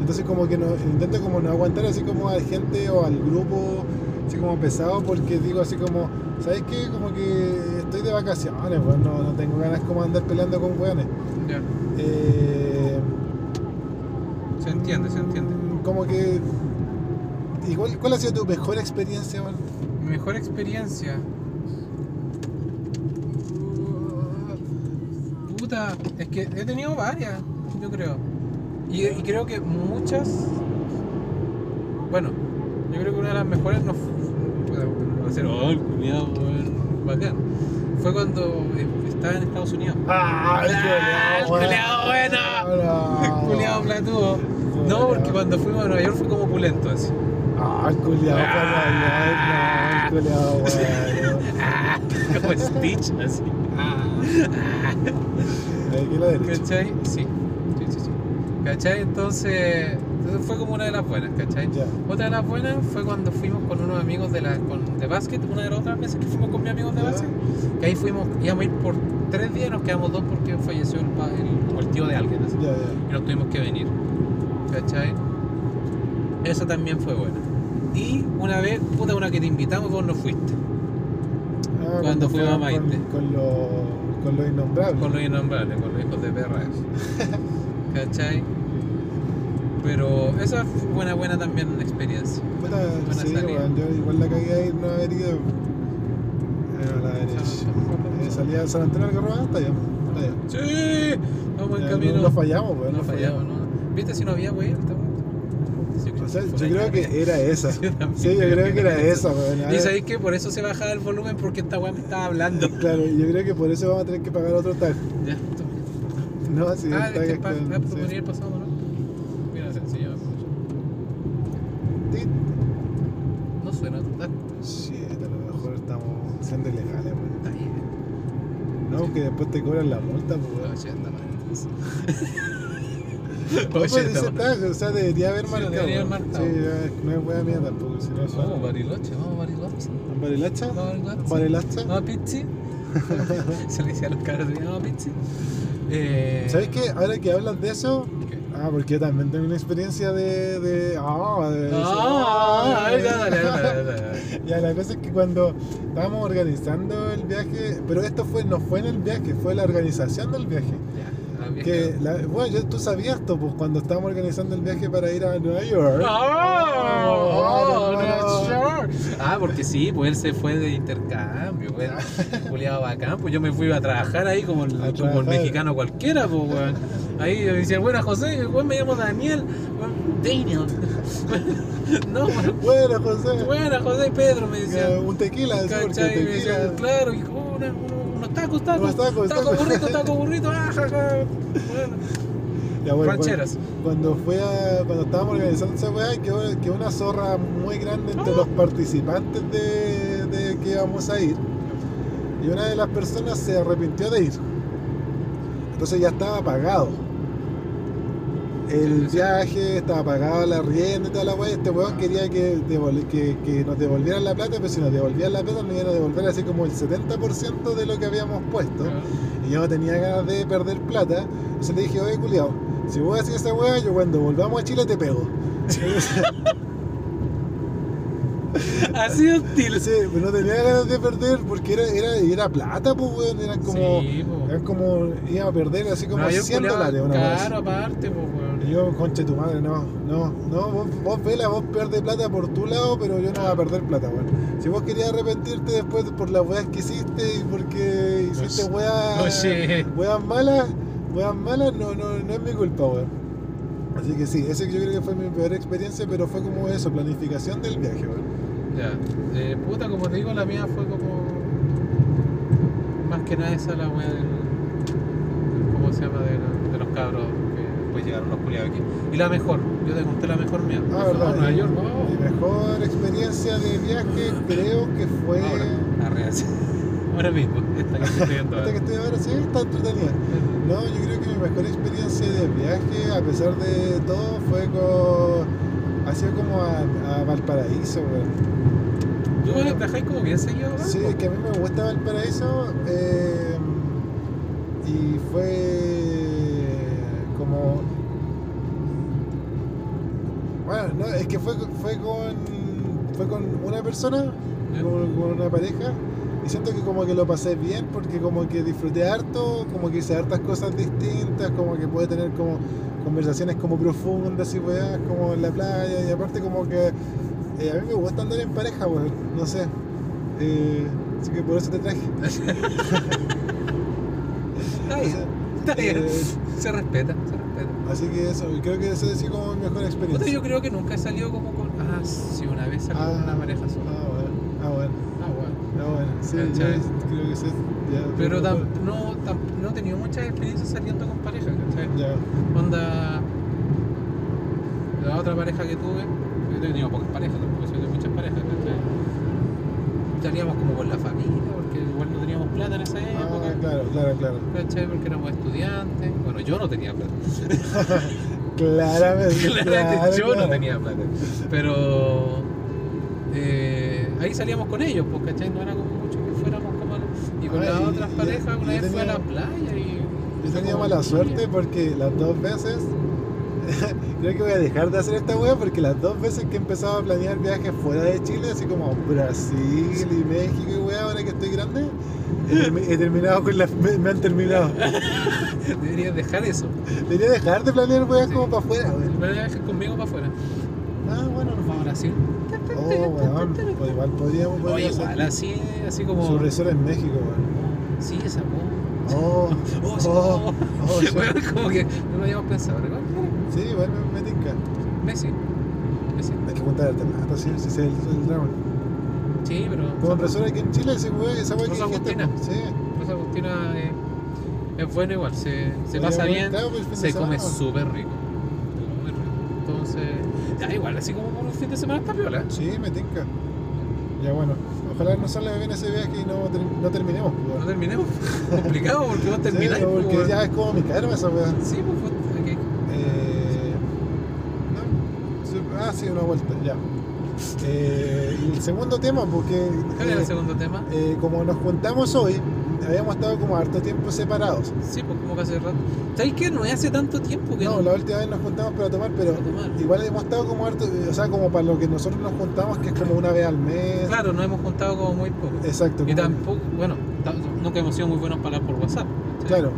S1: Entonces como que no, intento como no aguantar así como a gente o al grupo, así como pesado, porque digo así como, ¿sabes qué? Como que estoy de vacaciones, pues no, no tengo ganas como de andar peleando con weones.
S2: Ya.
S1: Eh,
S2: Se entiende, se entiende.
S1: como que... ¿Y cuál, cuál ha sido tu mejor experiencia, weón?
S2: Mi mejor experiencia. Puta, es que he tenido varias, yo creo. Y, y creo que muchas. Bueno, yo creo que una de las mejores no fue. Va a ser, oh, el culiao, weón, bacán. Fue cuando eh, estaba en Estados Unidos.
S1: Ah,
S2: Ah,
S1: el culeado
S2: el
S1: bueno.
S2: Culeado platudo. No, porque cuando fuimos a Nueva York fue como opulento así.
S1: Ah, el culeado para el culeado bueno.
S2: Ah, Como Stitch, así.
S1: Ahí que la derecha.
S2: ¿Cachai? Sí. Sí, sí, sí. ¿Cachai? Entonces, entonces fue como una de las buenas, ¿cachai?
S1: Ya.
S2: Otra de las buenas fue cuando fuimos con unos amigos de, la, con, de básquet, una de las otras veces que fuimos con mis amigos de
S1: Ya.
S2: básquet, que ahí fuimos, íbamos a ir por tres días nos quedamos dos porque falleció el, pa- el- como el tío de alguien. así.
S1: Ya, Ah, ya.
S2: y nos tuvimos que venir. ¿Cachai? Esa también fue buena. Y una vez, puta, una que te invitamos, vos no fuiste.
S1: Ah,
S2: Cuando fuimos a
S1: fueron
S2: Maite.
S1: Con, con los con los innombrables.
S2: Con los innombrables, con los hijos de perra. esos. ¿Cachai? Pero esa fue buena, buena también una experiencia.
S1: Puta,
S2: buena
S1: sí,
S2: salida.
S1: weón, yo igual la cagué ahí, no haber ido. Eh, a la derecha. Eh, salía de San Antonio del Carro ah, hasta allá. Hasta allá.
S2: ¡Sí! Vamos en
S1: Ya,
S2: camino.
S1: No, no fallamos, weón.
S2: No fallamos, ¿no? ¿Viste si no había este wey?
S1: O sea, yo creo que eh, era esa. Sí,
S2: Yo también
S1: yo creo que era esa, weón.
S2: Y sabéis que por eso se bajaba el volumen porque esta weá me estaba hablando.
S1: Claro, yo creo que por eso vamos a tener que pagar otro tag.
S2: Ya, toma.
S1: No, sí,
S2: Ah, es
S1: el tag
S2: que
S1: es
S2: pa-
S1: con-
S2: ah, pues
S1: sí.
S2: ponía el pasado, ¿no? Mira, sencillo.
S1: Tit.
S2: No suena, está,
S1: Shit, a lo mejor estamos siendo ilegales, weón.
S2: está bien.
S1: No, que después te cobran la multa, pues, weón.
S2: Oye, está mal.
S1: No, pues
S2: Oye,
S1: dice
S2: está mal.
S1: tag, o sea, debería haber
S2: Sí,
S1: marcado.
S2: debería haber
S1: weón.
S2: marcado.
S1: Sí, ya, no es buena mía tampoco, si no es
S2: Vamos, Bariloche, vamos, Bariloche.
S1: ¿Barilacha?
S2: Vamos, Bariloche.
S1: ¿Barilacha?
S2: Vamos, Pizzi. Se le decía a los caras, vamos, Pizzi. Eh,
S1: ¿Sabes qué? Ahora que hablas de eso,
S2: ¿qué?
S1: ah, porque yo también tengo una experiencia de. de ah, de-
S2: Ah, a ver, ya, dale, dale, dale, dale.
S1: Ya, la cosa es que cuando estábamos organizando el viaje, pero esto fue no fue en el viaje, fue la organización del viaje.
S2: Ya, había
S1: Que la- bueno, yo, tú sabías esto, pues cuando estábamos organizando el viaje para ir a Nueva York.
S2: Oh,
S1: Ah, Oh, no.
S2: no, sure. Ah, porque sí, pues él se fue de intercambio, pues, Juliado bacán, pues yo me fui a trabajar ahí como el,
S1: A
S2: como el
S1: trabajar.
S2: mexicano cualquiera, pues weón. Ahí me decían, bueno José, weón me llamo Daniel, weón, Daniel. No,
S1: oh.
S2: weón,
S1: Bueno, José,
S2: buena José Pedro, me
S1: eh,
S2: decían.
S1: un tequila, sí, porque
S2: ¿Cachai? Y me decían,
S1: tequila.
S2: claro, y como una- unos tacos, tacos,
S1: Unos tacos,
S2: taco
S1: tacos.
S2: burrito, taco burrito, ah, ja, ja. Bueno,
S1: Ya, bueno,
S2: rancheras.
S1: Cuando, cuando fue a- cuando estábamos organizando esa weá, quedó, quedó una zorra muy grande entre los participantes de, de que íbamos a ir. Y una de las personas se arrepintió de ir. Entonces ya estaba pagado. El
S2: Sí, sí.
S1: viaje estaba pagado, la rienda y toda la weá. Este weón quería que, devol- que, que nos devolvieran la plata, pero si nos devolvían la plata nos iban a devolver así como el 70% de lo que habíamos puesto. Y yo no tenía ganas de perder plata. Entonces le dije, oye, culiao, si vos haces esa weá, yo cuando volvamos a Chile te pego.
S2: Así de hostil.
S1: Sí, pero no tenía ganas de perder porque era, era, era plata, pues, weón. Eran como,
S2: Sí, po.
S1: eran como, iba a perder así como
S2: Nueva York
S1: 100
S2: culiao,
S1: dólares una vez.
S2: Claro, aparte, pues, weón.
S1: Y yo, conche tu madre, no, no, no, vos, vos vela, vos perdés plata por tu lado, pero yo no voy a perder plata, weón. Si vos querías arrepentirte después por las weas que hiciste y porque hiciste
S2: Oye.
S1: weas,
S2: Oye.
S1: weas malas, weas malas, no, no, no es mi culpa, weón. Así que sí, ese yo creo que fue mi peor experiencia, pero fue como eso, planificación del viaje, weón.
S2: Ya. Eh, puta, como te digo, la mía fue como. Más que nada esa la wea del. ¿Cómo se llama? De, la- de los cabros que después llegaron los culiados aquí. Y la mejor, yo te conté la mejor mía. Fuimos
S1: Ah,
S2: a
S1: verdad.
S2: Nueva York, Oh,
S1: Mi
S2: wow.
S1: mejor experiencia de viaje creo que fue...
S2: Ahora, arre, así. Ahora mismo, esta que estoy viendo.
S1: Esta que estoy ahora sí está entretenida. No, yo creo que mi mejor experiencia de viaje, a pesar de todo, fue con... Ha sido como a, a Valparaíso, weón.
S2: ¿Tú viajáis como bien seguido, ¿verdad?
S1: Sí, es que a mí me gusta Valparaíso. eh, y fue como... Bueno, no, es que fue, fue con... Fue con una persona, con, con una pareja. Y siento que como que lo pasé bien porque como que disfruté harto, como que hice hartas cosas distintas, como que pude tener como conversaciones como profundas y weas, como en la playa. Y aparte como que eh, a mí me gusta andar en pareja, weón, no sé. Eh, así que por eso te traje.
S2: Está bien, está bien.
S1: Eh,
S2: Se respeta, se respeta.
S1: Así que eso, creo que eso es así como mi mejor
S2: Puta,
S1: experiencia.
S2: yo creo que nunca he salido como con. Ah, sí, una vez salí con
S1: Ah.
S2: una pareja sola.
S1: Ah, bueno, ah, bueno,
S2: Ah, bueno.
S1: ah, bueno. Sí, yo
S2: ¿Cachai?
S1: creo que sí. ya,
S2: Pero
S1: bueno.
S2: tam- no, tam- no he tenido muchas experiencias saliendo con pareja, ¿cachai?
S1: Ya,
S2: Onda. La otra pareja que tuve, yo he tenido pocas parejas, tampoco soy de muchas parejas, ¿cachai? Salíamos como con la familia, porque igual no teníamos plata en esa época.
S1: ah, claro, claro, claro.
S2: ¿Cachai? Porque éramos estudiantes. Bueno, yo no tenía plata.
S1: Claramente,
S2: Claramente yo
S1: claro.
S2: no tenía plata. Pero eh, ahí salíamos con ellos, pues, ¿cachai? No era como mucho que fuéramos como. al- Y con
S1: Ah,
S2: las
S1: y-
S2: otras
S1: y-
S2: parejas una
S1: yo
S2: vez fue a la
S1: tenía-
S2: playa y. fue
S1: Yo tenía
S2: como-
S1: mala suerte porque las dos veces. Creo que voy a dejar de hacer esta wea porque las dos veces que empezaba a planear viajes fuera de Chile, así como Brasil y México y wea, ahora que estoy grande, he, termi- he terminado con las. Me, me han terminado.
S2: Deberías dejar eso.
S1: Debería dejar de planear weas como para afuera,
S2: El
S1: wea.
S2: primer viaje conmigo para afuera.
S1: Ah, bueno, nos
S2: Vamos a
S1: vamos.
S2: Brasil.
S1: Oh, weón. Pues igual podríamos
S2: Oye,
S1: poder
S2: igual,
S1: hacer
S2: así, así como.
S1: su resort en México, weón.
S2: Sí, esa voz.
S1: Oh,
S2: Oh, sí,
S1: oh, oh,
S2: oh.
S1: shit.
S2: Bueno, como que no lo habíamos pensado, ¿verdad?
S1: Sí, igual me, me tinca.
S2: Messi. Messi.
S1: Hay que juntar alternativa, sí, ese es el, el drama.
S2: Sí, pero.
S1: Como profesor aquí en Chile, ese wey, esa wey que
S2: Rosa
S1: dijiste,
S2: Agustina.
S1: Sí.
S2: Rosa Agustina eh, es bueno igual, se, se
S1: Podría
S2: pasa
S1: haber
S2: bien,
S1: estado por el este fin de
S2: se come
S1: semana.
S2: súper rico. Muy rico. Entonces, ya igual, así como por un fin de semana está piola.
S1: pues, Sí, me tinca. Ya bueno, ojalá no salga bien ese viaje y no, ter- no terminemos. pues,
S2: No
S1: weón.
S2: terminemos. Complicado porque vos termináis.
S1: Sí,
S2: pues,
S1: porque
S2: weón.
S1: ya es como mi karma esa weá.
S2: Sí, pues fue- aquí.
S1: Eh, no, sí, ah, sí, una vuelta, ya. Eh, y el segundo tema, porque
S2: ¿Cuál era
S1: eh,
S2: el segundo tema?
S1: eh, como nos juntamos hoy, habíamos estado como harto tiempo separados.
S2: Sí, pues como que hace rato. ¿Sabéis que no es hace tanto tiempo que
S1: No, la última vez nos juntamos para tomar, pero
S2: Para tomar.
S1: igual hemos estado como harto, eh, o sea, como para lo que nosotros nos juntamos, que es como una vez al mes.
S2: Claro, nos hemos juntado como muy poco.
S1: Exacto.
S2: Y
S1: como-
S2: tampoco, bueno, ta- nunca hemos sido muy buenos para hablar por WhatsApp. ¿sí?
S1: Claro,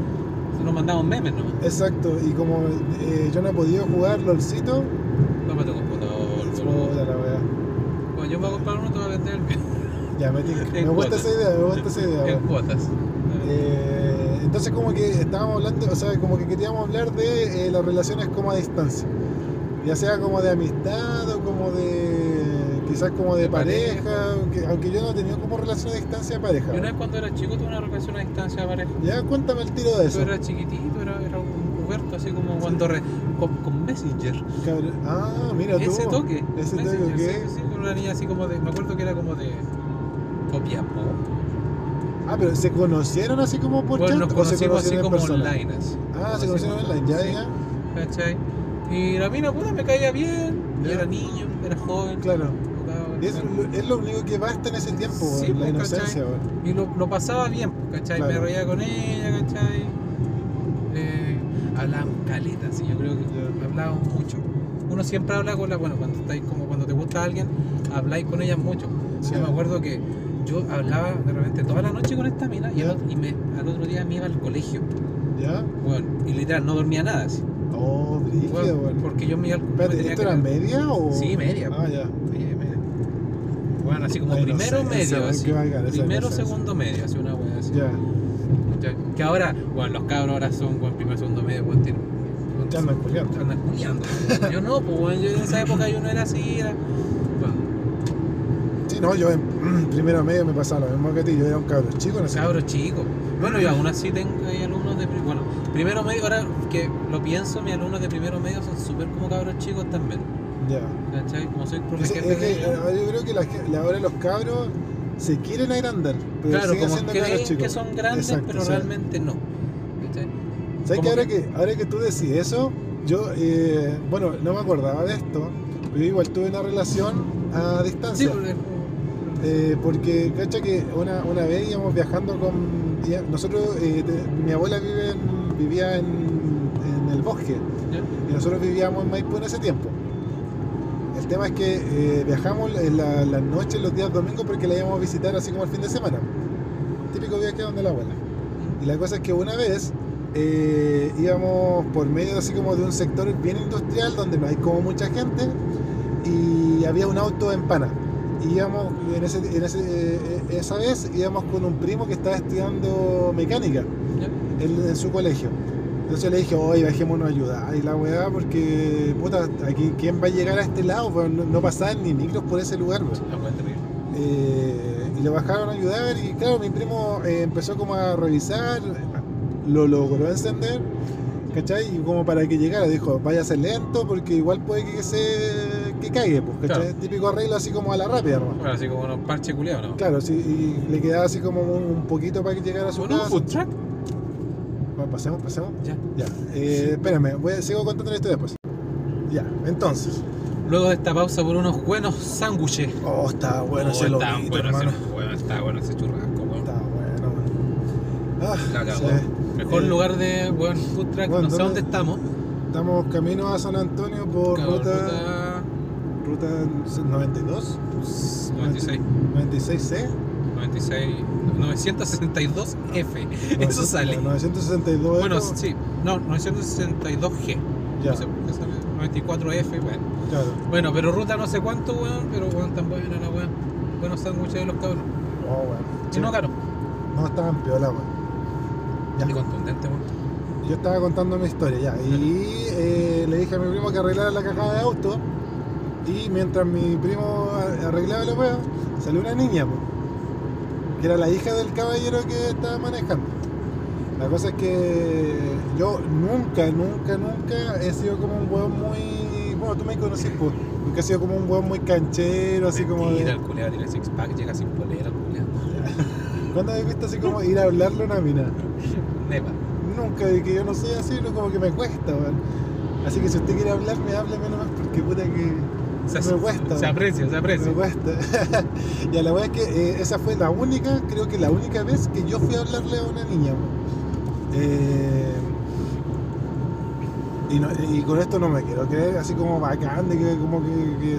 S2: Nos mandamos memes nomás.
S1: exacto. Y como eh, yo no he podido jugar LOLcito,
S2: Papá, tu computador, boludo.
S1: puta la wea.
S2: Cuando yo me voy a comprar uno, te voy a vender el mío.
S1: Ya, me tinca.
S2: En
S1: Me gusta
S2: cuotas.
S1: esa idea, me gusta esa idea.
S2: En
S1: wea.
S2: cuotas.
S1: Eh, entonces como que estábamos hablando, o sea, como que queríamos hablar de eh, las relaciones como a distancia. Ya sea como de amistad o como de quizás como de,
S2: De
S1: pareja,
S2: pareja.
S1: Aunque, aunque yo no he tenido como relación a distancia de pareja.
S2: Yo una
S1: wea.
S2: vez cuando era chico tuve una relación a distancia de pareja.
S1: Ya cuéntame el tiro de
S2: Yo
S1: eso.
S2: era chiquitito, era, era un Huberto, así como cuando re- con, con Messenger.
S1: cabrón. Ah, mira tú.
S2: Ese toque.
S1: Ese toque,
S2: Messenger,
S1: ¿qué?
S2: Sí, sí, con una niña así como de. Me acuerdo que era como de. Copiapó.
S1: Ah, pero se conocieron así como por
S2: Bueno, nos
S1: chat o se
S2: conocimos así
S1: conocieron en
S2: como
S1: persona.
S2: online. así.
S1: Ah,
S2: Nos
S1: se conocieron online, ya,
S2: sí,
S1: ya.
S2: ¿Cachai? Y la mina puta me caía bien. Yo
S1: Ya.
S2: era niño, era joven.
S1: Claro.
S2: jugaba,
S1: Y Es,
S2: claro.
S1: lo- es lo único que basta en ese tiempo,
S2: Sí,
S1: la
S2: pues,
S1: inocencia, weón.
S2: y lo, lo pasaba bien, pues, ¿cachai? Me
S1: Claro.
S2: reía con ella, ¿cachai? Eh, hablábamos caleta, sí, yo creo que
S1: Ya.
S2: hablábamos mucho. Uno siempre habla con la, bueno, cuando estáis como cuando te gusta alguien, habláis con ella mucho.
S1: Sí.
S2: Yo me acuerdo que yo hablaba de repente toda la noche con esta mina y, al,
S1: Ya.
S2: otro- y me, al otro día me iba al colegio,
S1: ¿Ya?
S2: bueno, y literal no dormía nada, así,
S1: Oh, brígido,
S2: weón,
S1: weón.
S2: porque yo me iba al
S1: Espérate,
S2: me tenía
S1: ¿esto
S2: que-
S1: era media o...?
S2: Sí, media.
S1: Ah, ya.
S2: Oye, media. Bueno, así como
S1: La
S2: primero
S1: inocencia,
S2: medio,
S1: weón,
S2: así.
S1: qué bacán, esa
S2: Primero,
S1: inocencia.
S2: segundo medio, así una wea así.
S1: Ya.
S2: Ya, Que ahora, bueno, los cabros ahora son, buen primer, segundo medio, weón, tienen. weón,
S1: Ya andan culiando.
S2: andan culiando. Yo no, pues, weón, yo en esa época yo no era así, era. Bueno,
S1: Sí, no, yo en primero medio me pasaba lo mismo que a ti. Yo era un cabrón chico, no sé.
S2: cabros chicos. Bueno, yo aún así tengo hay alumnos de. pri- Bueno, primero medio, ahora que lo pienso, mis alumnos de primero medio son súper como cabros chicos también.
S1: Ya.
S2: ¿Cachai? Como soy profe
S1: Es, es
S2: jefe de
S1: que
S2: ellos.
S1: eh, yo creo que la, la ahora los cabros se quieren agrandar, pero
S2: Claro,
S1: siguen
S2: como
S1: siendo cabros
S2: creen
S1: chicos.
S2: que son grandes,
S1: Exacto,
S2: pero
S1: sí.
S2: realmente no. ¿Cachai?
S1: ¿Sabes que
S2: Como
S1: ahora, que ahora que tú decís eso, yo, eh, bueno, no me acordaba de esto, pero igual tuve una relación a
S2: Sí,
S1: distancia.
S2: porque-
S1: Eh, porque, cacha que una, una vez íbamos viajando con. ya- Nosotros, eh, te- mi abuela vive en- vivía en, en el bosque
S2: ya,
S1: y nosotros vivíamos en Maipú en ese tiempo. El tema es que eh, viajamos en la, la noche, los días domingos, porque la íbamos a visitar así como el fin de semana. Típico viaje donde la abuela. Y la cosa es que una vez eh, íbamos por medio así como de un sector bien industrial donde no hay como mucha gente y había un auto en pana. Y íbamos, en, ese, en ese- eh, eh, esa vez íbamos con un primo que estaba estudiando mecánica
S2: ya.
S1: en, en su colegio. Entonces le dije, oye, bajémonos a ayudar y la weá, porque, puta, aquí, ¿quién va a llegar a este lado? weón? No, no pasaban ni micros por ese lugar, weón.
S2: La wea terrible.
S1: Eh, y lo bajaron a ayudar y claro, mi primo eh, empezó como a revisar, lo logró encender, ¿cachai? Y como para que llegara, dijo, vaya a ser lento porque igual puede que se que caigue, pues, ¿cachai?
S2: Claro.
S1: Típico arreglo así como a la rápida, ¿no?
S2: Bueno, así como unos parches culiados, ¿no?
S1: Claro, sí, y le quedaba así como un, un poquito para que llegara a su
S2: Bueno, un
S1: casa.
S2: food truck.
S1: Bueno, pasemos, pasemos.
S2: Ya.
S1: Ya. Eh, espérame, voy, a- sigo contando la historia después. Ya, entonces.
S2: Luego de esta pausa por unos buenos sándwiches.
S1: Oh, está bueno
S2: Oh,
S1: ese
S2: tan
S1: lobito,
S2: bueno
S1: hermano.
S2: ese- bueno, está bueno ese churrasco, weón.
S1: Está bueno, man. Ah,
S4: La cagó.
S2: Mejor
S1: Eh,
S2: lugar de weón food truck,
S1: Weón,
S2: no sé
S1: ¿dónde?
S2: dónde estamos.
S1: Estamos camino a San Antonio por
S2: Cabo,
S1: ruta, ruta 92,
S2: ruta 96.
S1: 96C.
S2: 96, 962F, eso sale.
S1: 962
S2: Bueno,
S1: euros.
S2: sí, no, 962G,
S1: ya,
S2: no sé por qué sale 94F, bueno.
S1: claro.
S2: Bueno, pero ruta no sé cuánto, weón, pero weón, tan buena la weón. Buenos sándwiches de los cabros.
S1: Oh, bueno.
S2: Si no, caro.
S1: No, estaban piola, weón. Ya.
S2: Y contundente, weón.
S1: Yo estaba contando mi historia, ya. Y eh, le dije a mi primo que arreglara la caja de auto. Y mientras mi primo a- arreglaba la weá, salió una niña, po, que era la hija del caballero que estaba manejando. La cosa es que yo nunca, nunca, nunca he sido como un weón muy. Bueno, tú me conoces, pues. Nunca he sido como un weón muy canchero, así como. de-
S2: Mentira, el culeado tiene six pack, llega sin polera, el culeado.
S1: ¿Cuándo habéis visto así como ir a hablarle a una mina?
S2: Neva.
S1: Nunca, de que yo no soy así, no como que me cuesta, weón. Así que si usted quiere hablarme, hábleme nomás, porque puta que
S2: Se,
S1: Me cuesta,
S2: se
S1: weón.
S2: aprecia, se
S1: me
S2: aprecia.
S1: cuesta. y a la verdad es que eh, esa fue la única, creo que la única vez que yo fui a hablarle a una niña, weón. Eh, y, no- y con esto no me quiero creer así como bacán, de que como que, que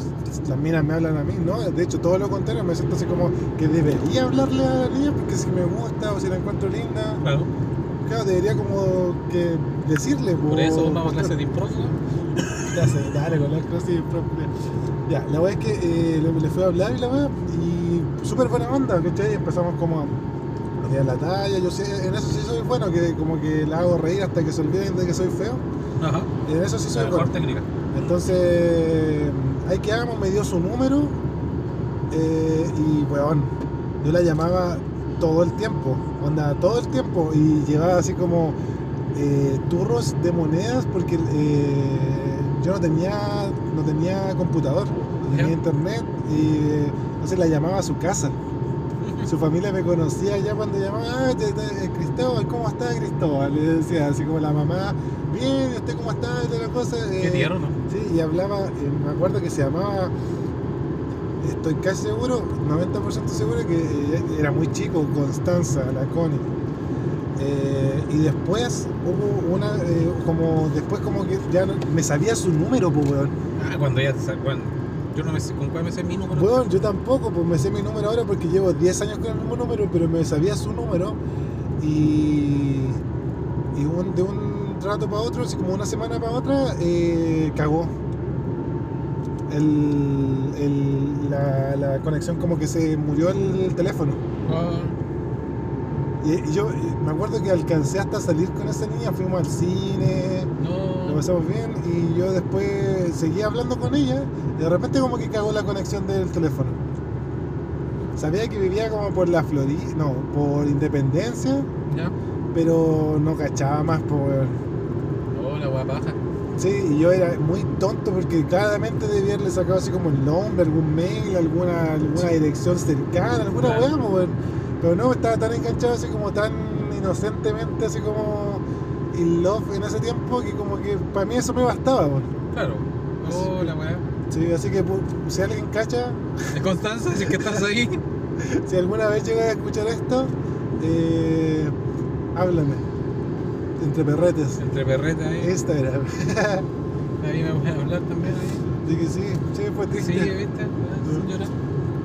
S1: las minas me hablan a mí, ¿no? De hecho, todo lo contrario, me siento así como que debería hablarle a la niña porque si me gusta o si la encuentro linda,
S2: Claro.
S1: Claro, debería como que decirle.
S2: Por eso vamos a clases
S1: clase
S2: de impro, weón.
S1: Clase, claro, con la clase propia. Ya, la verdad es que eh, le, le fui a hablar y la verdad, y súper buena onda, ¿cachai? Empezamos como a tirar la talla, yo sé, en eso sí soy bueno, que como que la hago reír hasta que se olviden de que soy feo.
S2: Ajá.
S1: En eso sí
S2: La
S1: soy
S2: mejor
S1: bueno.
S2: técnica.
S1: Entonces, ahí quedamos, me dio su número eh, y, weón, yo la llamaba todo el tiempo, onda, todo el tiempo y llevaba así como eh, turros de monedas porque eh, yo no tenía, no tenía computador, no tenía
S2: Ya.
S1: internet y eh, entonces la llamaba a su casa. Su familia me conocía ya cuando llamaba, "Ah, te- te- eh, Cristóbal, ¿cómo está Cristóbal? Le decía así como la mamá, bien, ¿y usted cómo está? Y toda la cosa.
S2: Qué
S1: eh,
S2: tierno.
S1: Sí, y hablaba, eh, me acuerdo que se llamaba, estoy casi seguro, 90% seguro que eh, era muy chico, Constanza, la Connie. Eh, y después hubo una, eh, como después como que ya no- me sabía su número, pues, weón.
S2: Ah, cuando ya sa- cuando- Yo no me sé con cuál me sé mi número.
S1: Weón, yo tampoco, pues me sé mi número ahora porque llevo 10 años con el mismo número, pero me sabía su número y, y un- de un rato para otro, así como una semana para otra, eh, cagó. El- el- la, la conexión como que se murió el teléfono.
S2: Ah,
S1: Y, y yo eh, me acuerdo que alcancé hasta a salir con esa niña, fuimos al cine, lo
S2: no.
S1: pasamos bien y yo después seguía hablando con ella y de repente como que cagó la conexión del teléfono. Sabía que vivía como por la Florida, no, por Independencia,
S2: Ya.
S1: pero no cachaba más por...
S2: No, la weá paja.
S1: Sí, y yo era muy tonto porque claramente debía haberle sacado así como el nombre, algún mail, alguna, alguna dirección cercana, alguna
S2: Claro.
S1: weá, po, weón. Pero no, estaba tan enganchado así como tan inocentemente, así como in love en ese tiempo que como que para mí eso me bastaba, weón.
S2: Claro. Oh, la weá.
S1: Sí, así que pu- si alguien cacha,
S2: ¿De Constanza? Si es que estás ahí.
S1: si alguna vez llegas a escuchar esto, eh, háblame. Entre perretes.
S2: Entre perreta ahí.
S1: Instagram.
S2: Ahí me voy a hablar también ahí.
S1: Así que sí, sí, fue
S2: Sí,
S1: triste.
S2: ¿viste? Ah, sin llorar.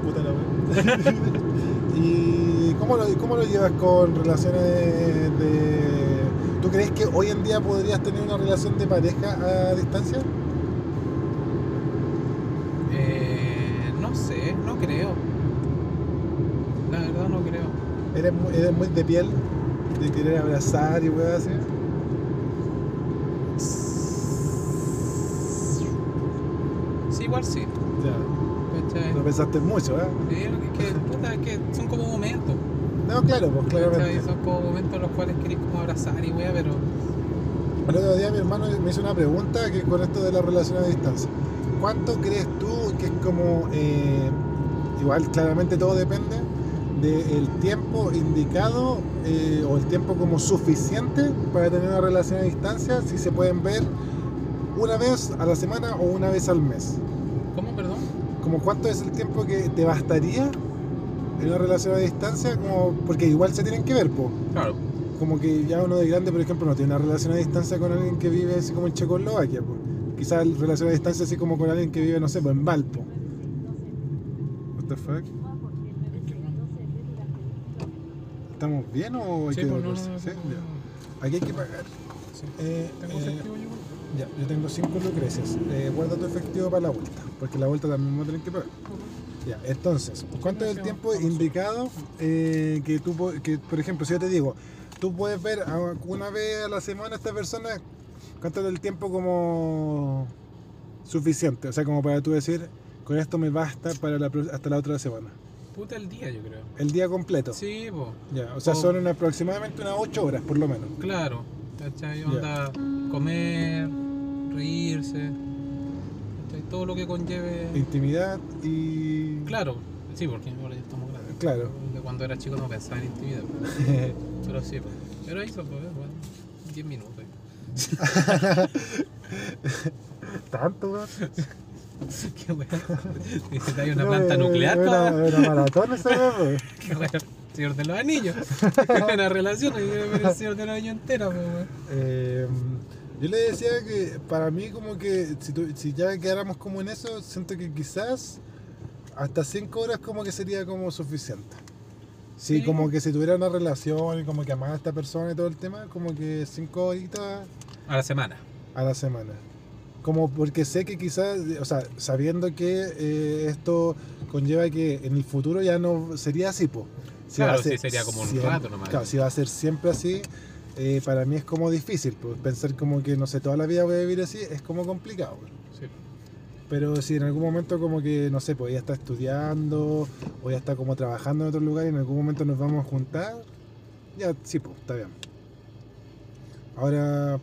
S1: Puta la wea. ¿Y cómo lo, cómo lo llevas con relaciones de... ¿Tú crees que hoy en día podrías tener una relación de pareja a distancia?
S2: Eh, no sé, no creo. La verdad no creo.
S1: ¿Eres muy, eres muy de piel? ¿De querer abrazar y weas así?
S2: Sí, igual sí.
S1: Ya,
S2: ¿Cachai?
S1: lo pensaste mucho, ¿eh?
S2: Eh, lo que- que, puta, que son como momentos.
S1: No, claro, pues claramente.
S2: ¿cachai? Son como momentos en los cuales querés como abrazar y weá, pero
S1: El otro día mi hermano me hizo una pregunta que con esto de las relaciones a distancia. ¿Cuánto crees tú que es como, eh, igual claramente todo depende del tiempo indicado eh, o el tiempo como suficiente para tener una relación a distancia, si se pueden ver una vez a la semana o una vez al mes?
S2: ¿Cómo, perdón?
S1: como cuánto es el tiempo que te bastaría en una relación a distancia, como, porque igual se tienen que ver, po.
S2: Claro.
S1: como que ya uno de grande, por ejemplo, no tiene una relación a distancia con alguien que vive así como en Checoslovaquia. Pues. Quizás relación a distancia así como con alguien que vive, no sé, pues en Valpo. What the fuck? ¿Estamos bien o hay
S4: Sí,
S1: que
S4: pues, no,
S1: devolverse?
S4: no, no,
S1: ¿Sí?
S4: no, no.
S1: Ya. Aquí hay que pagar.
S4: Sí.
S1: Eh,
S4: Tengo
S1: eh,
S4: efectivo yo.
S1: ya, yo tengo 5 lucrecias. Eh, guarda tu efectivo para la vuelta, porque la vuelta también me tienen que pagar. Ya, entonces, ¿cuánto es el tiempo indicado eh, que tú, po- que, por ejemplo, si yo te digo, tú puedes ver a- una vez a la semana a esta persona, ¿cuánto es el tiempo como suficiente? O sea, como para tú decir, con esto me basta para la pro- hasta la otra semana.
S2: Puta el día, yo creo.
S1: El día completo.
S2: Sí, pues,
S1: Ya, o sea,
S2: O-
S1: son una- aproximadamente unas 8 horas, por lo menos.
S2: claro. ¿Cachai?
S1: Ya.
S2: Onda, comer, reírse. ¿cachai? Todo lo que conlleve.
S1: Intimidad y...
S2: Claro, sí, porque ahora ya estamos grandes.
S1: Claro.
S2: De cuando era chico no pensaba en intimidad. Pero sí, pues. Pero eso, pues, bueno, 10 minutos.
S1: Tanto, weón.
S2: Qué weón. Necesitáis una planta nuclear
S1: Eh, Era,
S2: para.
S1: era maratón esa weá, weón.
S2: Qué weón. Señor de los anillos. Qué buena relación. Yo quiero ver el señor de los anillos entero, pues, weón.
S1: Eh, yo le decía que para mí como que si, tu- si ya quedáramos como en eso, siento que quizás hasta 5 horas como que sería como suficiente. Sí,
S2: Sí.
S1: como que si tuviera una relación y como que amaba a esta persona y todo el tema, como que 5 horitas
S2: A la semana.
S1: a la semana. Como porque sé que quizás, o sea, sabiendo que eh, esto conlleva que en el futuro ya no sería así, po.
S2: Claro,
S1: va a ser
S2: sí, sería como un
S1: siem-
S2: rato nomás.
S1: Claro, si va a ser siempre así, eh, para mí es como difícil, pues pensar como que, no sé, toda la vida voy a vivir así, es como complicado. po.
S2: Sí.
S1: Pero si en algún momento como que, no sé, pues ya está estudiando, o ya está como trabajando en otro lugar y en algún momento nos vamos a juntar, ya sí, pues, está bien. Ahora,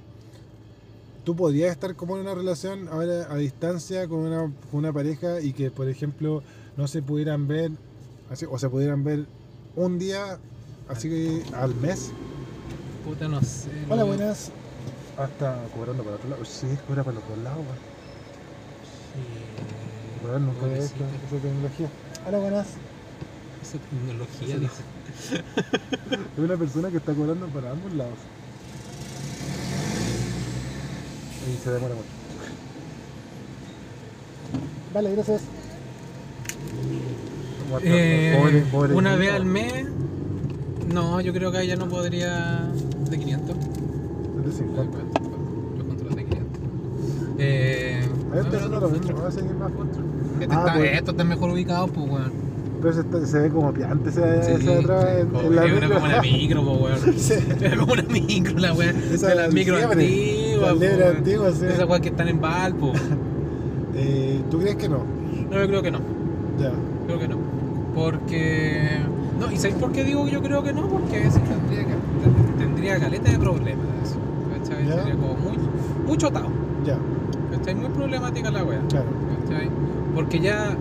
S1: tú podrías estar como en una relación ahora a distancia con una, con una pareja y que, por ejemplo, no se pudieran ver, así, o se pudieran ver un día, así que al mes.
S2: Puta, no sé.
S1: Hola,
S2: weón.
S1: buenas. Hasta Ah, cobrando para otro lado. Sí, cobra para los dos lados, weón.
S2: Eh,
S1: Weón, nunca había visto
S2: pobrecita,
S1: esa tecnología. Hola, buenas.
S2: Esa tecnología, dice.
S1: Es una persona que está cobrando para ambos lados. Y se demora mucho. Vale, gracias.
S2: Eh, una vez al mes. No, yo creo que ahí ya no podría. De 500.
S1: Es de 50.
S2: Los controles de 500. Eh,
S1: Ahí empezó
S2: no,
S1: lo
S2: no,
S1: mismo, va a seguir más contra.
S2: Este
S1: Ah,
S2: está,
S1: pues.
S2: esto está mejor ubicado, pues, weón.
S1: Pero se, está- se ve como piante esa,
S2: Sí,
S1: esa otra
S2: sí,
S1: en,
S2: como-
S1: en la
S2: es una, como una
S1: micro.
S2: micro, po, weón.
S1: Sí.
S2: Era como una micro, la weón.
S1: Esa
S2: De las micro
S1: liebre,
S2: antiguas,
S1: las
S2: po,
S1: liebre
S2: weón.
S1: antiguas, sí.
S2: Esas weas que están en Valpo.
S1: Eh, ¿Tú crees que no?
S2: No, yo creo que no.
S1: Ya.
S2: Creo que no. Porque. No, ¿y sabéis por qué digo que yo creo que no? Porque ese tendría, ca- tendría caleta de problemas. ¿Cachai?
S1: Ya.
S2: Sería como muy, mucho atado.
S1: Ya,
S2: ¿Cachai? Muy problemática la wea.
S1: claro.
S2: ¿cachai? Porque ya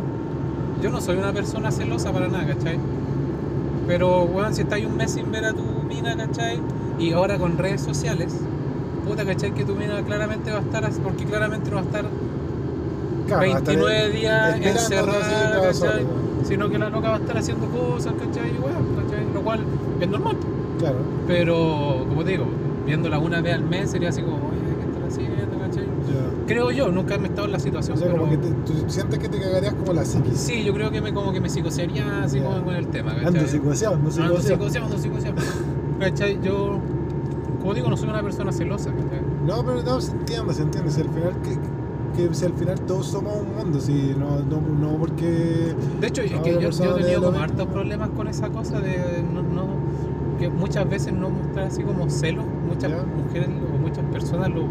S2: yo no soy una persona celosa para nada, ¿cachai? Pero, weón, si estáis un mes sin ver a tu mina, ¿cachai? Y ahora con redes sociales, puta, ¿cachai? Que tu mina claramente va a estar, as- porque claramente no va a estar
S1: Claro, hasta ahí-
S2: 29 días
S1: esperando, sí,
S2: encerrada,
S1: claro,
S2: ¿cachai?
S1: solo.
S2: Sino que la loca va a estar haciendo cosas, ¿cachai? Y weón, ¿cachai? Lo cual es normal,
S1: Claro.
S2: pero, como te digo, viéndola una vez al mes sería así como, oye, ¿qué estás haciendo, cachai?
S1: Ya.
S2: Creo yo, nunca me he estado en la situación,
S1: O sea, como
S2: pero-
S1: que te- tú sientes que te cagarías como la psiquis.
S2: Sí, yo creo que me como que me psicosearía así
S1: Ya.
S2: como con el tema, ¿cachai?
S1: Ando psicoseado, ando
S2: Ando
S1: psicoseado.
S2: psicoseado, ando psicoseado. ¿Cachai? Yo, como digo, no soy una persona celosa, ¿cachai?
S1: No, pero no, se entiende, se entiende. Si al final, que, que si al final todos somos un mundo, si no, no, no porque.
S2: De hecho, es
S1: A
S2: que
S1: otra
S2: yo,
S1: persona
S2: yo he
S1: le
S2: tenido
S1: da lo
S2: como
S1: mismo.
S2: hartos problemas con esa cosa de no, no- que muchas veces no mostrar así como celos, muchas
S1: Ya.
S2: mujeres o muchas personas lo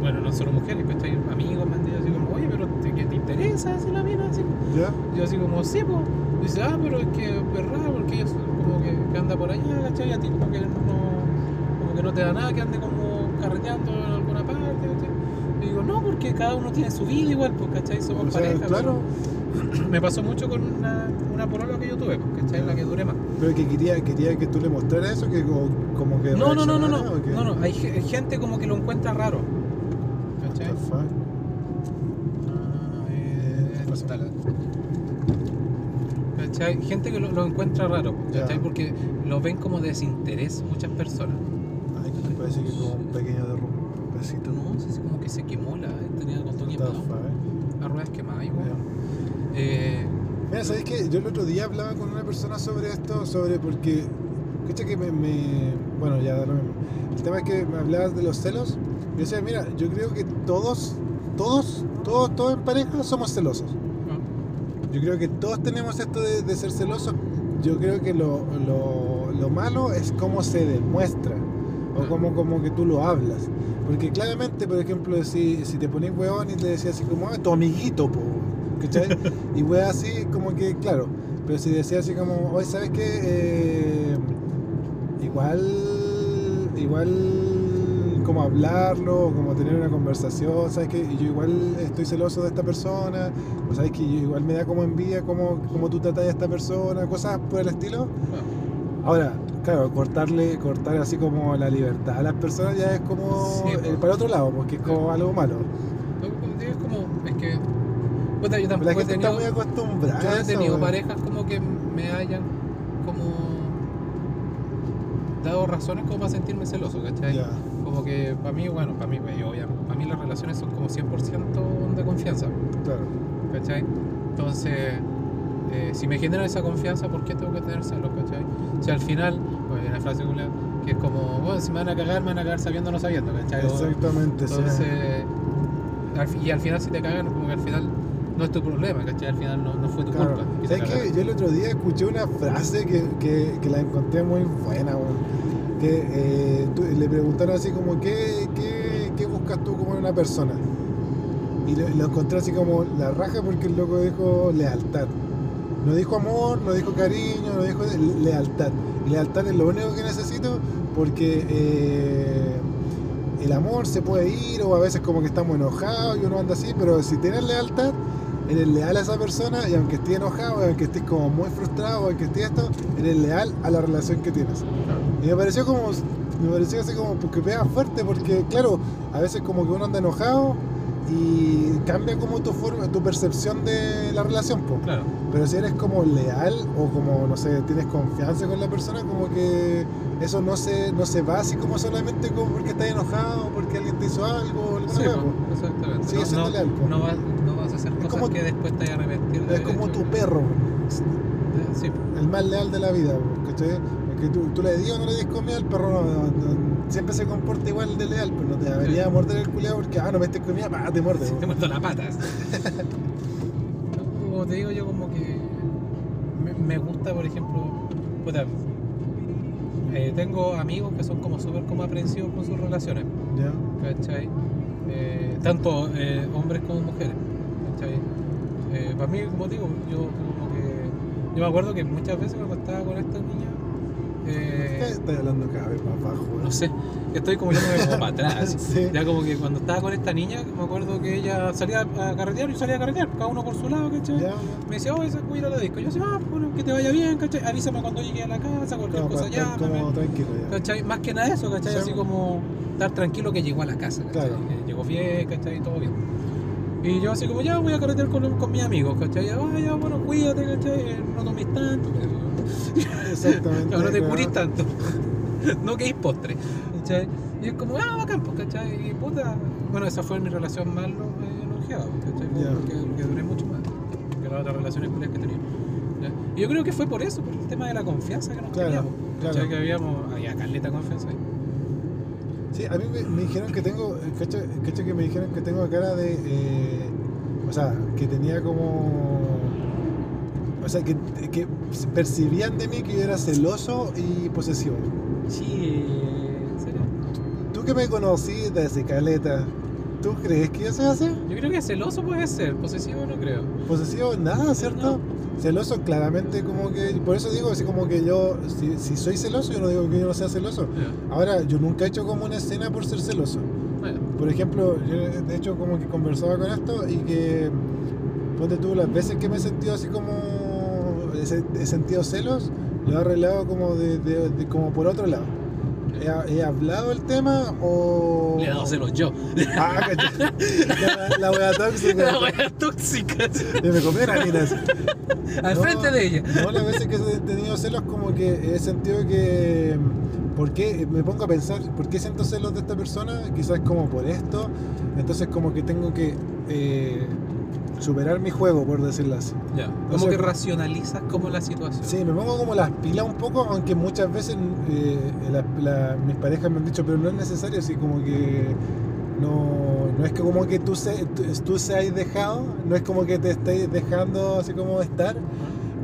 S2: bueno, no solo mujeres, ¿cachai? Amigos me han dicho así como, oye, pero ¿te, que te interesa si la mina? Así,
S1: ¿Ya?
S2: yo así como, sí, pues. Dice, ah, pero es que es raro porque ella como que, que anda por allá, ¿cachai? Y a ti como que no, como que no te da nada, que ande como carreteando en alguna parte, ¿cachai? Y digo, no, porque cada uno tiene su vida igual, pues, ¿cachai? Somos
S1: O sea,
S2: pareja.
S1: claro,
S2: pues. Me pasó mucho con una, una polola que yo tuve, pues, ¿cachai? La que duré más.
S1: pero que quería, quería que tú le mostraras eso, que como, como que.
S2: No, no, no, no, no.
S1: reaccionara, ¿o qué?
S2: No, no, hay ge- hay gente como que lo encuentra raro.
S1: What
S2: ¿Cachai?
S1: the fuck?
S2: Ah, eh,
S1: pues, ¿Qué pasó?
S2: tal. ¿cachai? Gente que lo, lo encuentra raro,
S1: Ya.
S2: ¿cachai? Porque lo ven como desinterés muchas personas.
S1: Ay, me parece que como un pequeño derrumbecito.
S2: No, sí, sí, como que se quemó la. eh, tenía con todo
S1: Está
S2: quemado.
S1: suave.
S2: Las ruedas quemadas igual.
S1: Ya.
S2: Eh,
S1: Mira, ¿sabéis que yo el otro día hablaba con una persona sobre esto? Sobre porque. Cacha que me, me- Bueno, ya da lo mismo. El tema es que me hablabas de los celos. Yo decía, mira, yo creo que todos, todos, todos, todos en pareja somos celosos.
S2: no,
S1: Yo creo que todos tenemos esto de, de ser celosos. Yo creo que lo, lo- lo malo es cómo se demuestra o
S2: Ah.
S1: cómo, como que tú lo hablas. Porque claramente, por ejemplo, si, si te pones hueón y te decías así como, ah, tu amiguito, po", ¿cachai? y hueá así, como que, claro. Pero si decías así como, oye, ¿sabes qué? Eh, igual, igual como hablarlo, como tener una conversación, ¿sabes qué? Y yo igual estoy celoso de esta persona, o sabes que yo igual me da como envidia como, como tú tratas a esta persona, cosas por el estilo.
S2: no.
S1: Ahora, claro, cortarle, cortar así como la libertad a las personas ya es como
S2: Sí, pues.
S1: eh, para otro lado, porque es como algo malo.
S2: Lo- como te digo, Es como. Es que. puta, yo
S1: la
S2: tampoco he
S1: gente está
S2: tenido.
S1: muy acostumbrada.
S2: Yo
S1: a
S2: he
S1: eso,
S2: tenido
S1: weón.
S2: parejas como que me hayan como dado razones como para sentirme celoso, ¿cachai?
S1: Ya.
S2: Como que para mí, bueno, para mí, pues, yo ya- para mí las relaciones son como 100% de confianza,
S1: Claro,
S2: ¿cachai? Entonces, eh, si me generan esa confianza, ¿por qué tengo que tener celos, ¿cachai? Si al final, pues hay una frase culiao que es como, bueno, si me van a cagar, me van a cagar sabiendo o no sabiendo, ¿cachai? O-
S1: exactamente. sí.
S2: entonces, al fi- y al final si te cagan, como que al final no es tu problema, ¿cachai? Al final no, no fue tu
S1: Claro.
S2: culpa. que te
S1: ¿Sabes qué?
S2: cagaran.
S1: Yo el otro día escuché una frase que, que- que la encontré muy buena, weón. que eh, tú- le preguntaron así como, ¿qué, qué, qué buscas tú como en una persona? Y lo, lo encontré así como la raja porque el loco dijo lealtad. No dijo amor, no dijo cariño, no dijo le- lealtad. Y lealtad es lo único que necesito porque eh, el amor se puede ir o a veces como que estamos enojados y uno anda así, pero si tienes lealtad, eres leal a esa persona y aunque estés enojado, y aunque estés como muy frustrado, o aunque estés esto, eres leal a la relación que tienes. Y me pareció como, me pareció así como que pega fuerte porque claro, a veces como que uno anda enojado y cambia como tu forma, tu percepción de la relación, po.
S2: Claro,
S1: pero si eres como leal o como, no sé, tienes confianza con la persona, como que eso no se, no se va así como solamente como porque estás enojado, porque alguien te hizo algo, o alguna
S2: sí,
S1: cosa, po.
S2: pues, exactamente.
S1: Sigue
S2: no,
S1: siendo
S2: no-
S1: leal, pues.
S2: no vas, no vas a hacer cosas
S1: como-
S2: que después te vayas a arrepentir. de
S1: Es
S2: haber
S1: como
S2: hecho,
S1: tu
S2: ¿cachai?
S1: perro,
S2: Eh, Sí, pues,
S1: el más leal de la vida, ¿cachai? Porque tú, tú le digas o no le digas comida, el perro no- no- no- siempre se comporta igual de leal, pero no te debería
S2: Sí.
S1: morder el culiado porque, ah, no me estés comida, pa, te muerde.
S2: se te
S1: po.
S2: muerto la pata. No, como te digo, yo como que me, me gusta, por ejemplo, puta, eh, tengo amigos que son como súper como aprensivos con sus relaciones.
S1: Ya,
S2: ¿cachai? Eh, tanto eh, hombres como mujeres, ¿cachai? Eh, para mí, como digo, yo como que... Yo me acuerdo que muchas veces cuando estaba con esta niña... eh,
S1: ¿Qué estás hablando cada vez más bajo?
S2: no sé, estoy como yéndome como para atrás.
S1: Sí.
S2: Ya como que cuando estaba con esta niña, me acuerdo que ella salía a carretear y yo salía a carretear, cada uno por su lado, ¿cachai?
S1: Ya,
S2: Me decía, oh, esa cuida la disco. Yo decía, ah, bueno, que te vaya bien, ¿cachai? Avísame cuando llegue a la casa, cualquier
S1: Como,
S2: cosa,
S1: para estar
S2: llámame.
S1: como tranquilo ya.
S2: ¿Cachai? Más que nada eso, ¿cachai?
S1: Sí.
S2: Así como estar tranquilo que llegó a la casa, ¿cachai?
S1: Claro.
S2: Que Llegó bien, ¿cachai? Todo bien. Y yo así como, ya voy a carretear con, con mis amigos, ¿cachai? Ah, ya, bueno, cuídate, ¿cachai? Eh, No tomes tanto.
S1: Exactamente.
S2: No, no te
S1: weón.
S2: curís tanto. no queís postre. ¿Cachai? Y es como, ah, bacán, pues, ¿cachai? Y puta. Bueno, esa fue mi relación más lo- eh, longeva, ¿cachai?
S1: Ya.
S2: Porque, porque duré mucho más que las otras relaciones culias que tenía. ¿ya? Y yo creo que fue por eso, por el tema de la confianza que nos
S1: Claro,
S2: teníamos. ¿cachai?
S1: claro.
S2: Que habíamos. Había caleta confianza ahí.
S1: Sí, a mí me, me dijeron que tengo, cacho, cacho que me dijeron que tengo cara de, eh, o sea, que tenía como, o sea, que, que percibían de mí que yo era celoso y posesivo.
S2: Sí, en serio.
S1: Tú que me conocí desde caleta, ¿tú crees que yo soy así?
S2: Yo creo que celoso puede ser, posesivo no creo.
S1: Posesivo, nada, ¿cierto? Celoso, claramente, como que, por eso digo, así como que yo, si, si soy celoso, yo no digo que yo no sea celoso.
S2: Ya,
S1: Ahora, yo nunca he hecho como una escena por ser celoso.
S2: Bueno,
S1: Por ejemplo, yo de hecho como que conversaba con esto y que ponte tú las veces que me he sentido así como he sen- he sentido celos, lo he arreglado como de, de- de- como por otro lado. ¿He, he hablado el tema o.?
S2: Le he dado celos yo.
S1: Ah, cachai. La- La wea tóxica.
S2: La wea tóxica.
S1: Y me comí una mina así.
S2: Al
S1: No,
S2: frente de ella.
S1: No, las veces que he tenido celos, como que he sentido que. ¿Por qué? Me pongo a pensar, ¿por qué siento celos de esta persona? Quizás como por esto. Entonces, como que tengo que eh, superar mi juego, por decirlo así.
S2: Ya. Como
S1: Entonces-
S2: que racionalizas como la situación.
S1: Sí, me pongo como las pilas un poco, aunque muchas veces eh, la- la- mis parejas me han dicho, pero no es necesario, así como que no, no es que como que tú, se, tú, tú seas dejado, no es como que te estés dejando así como estar,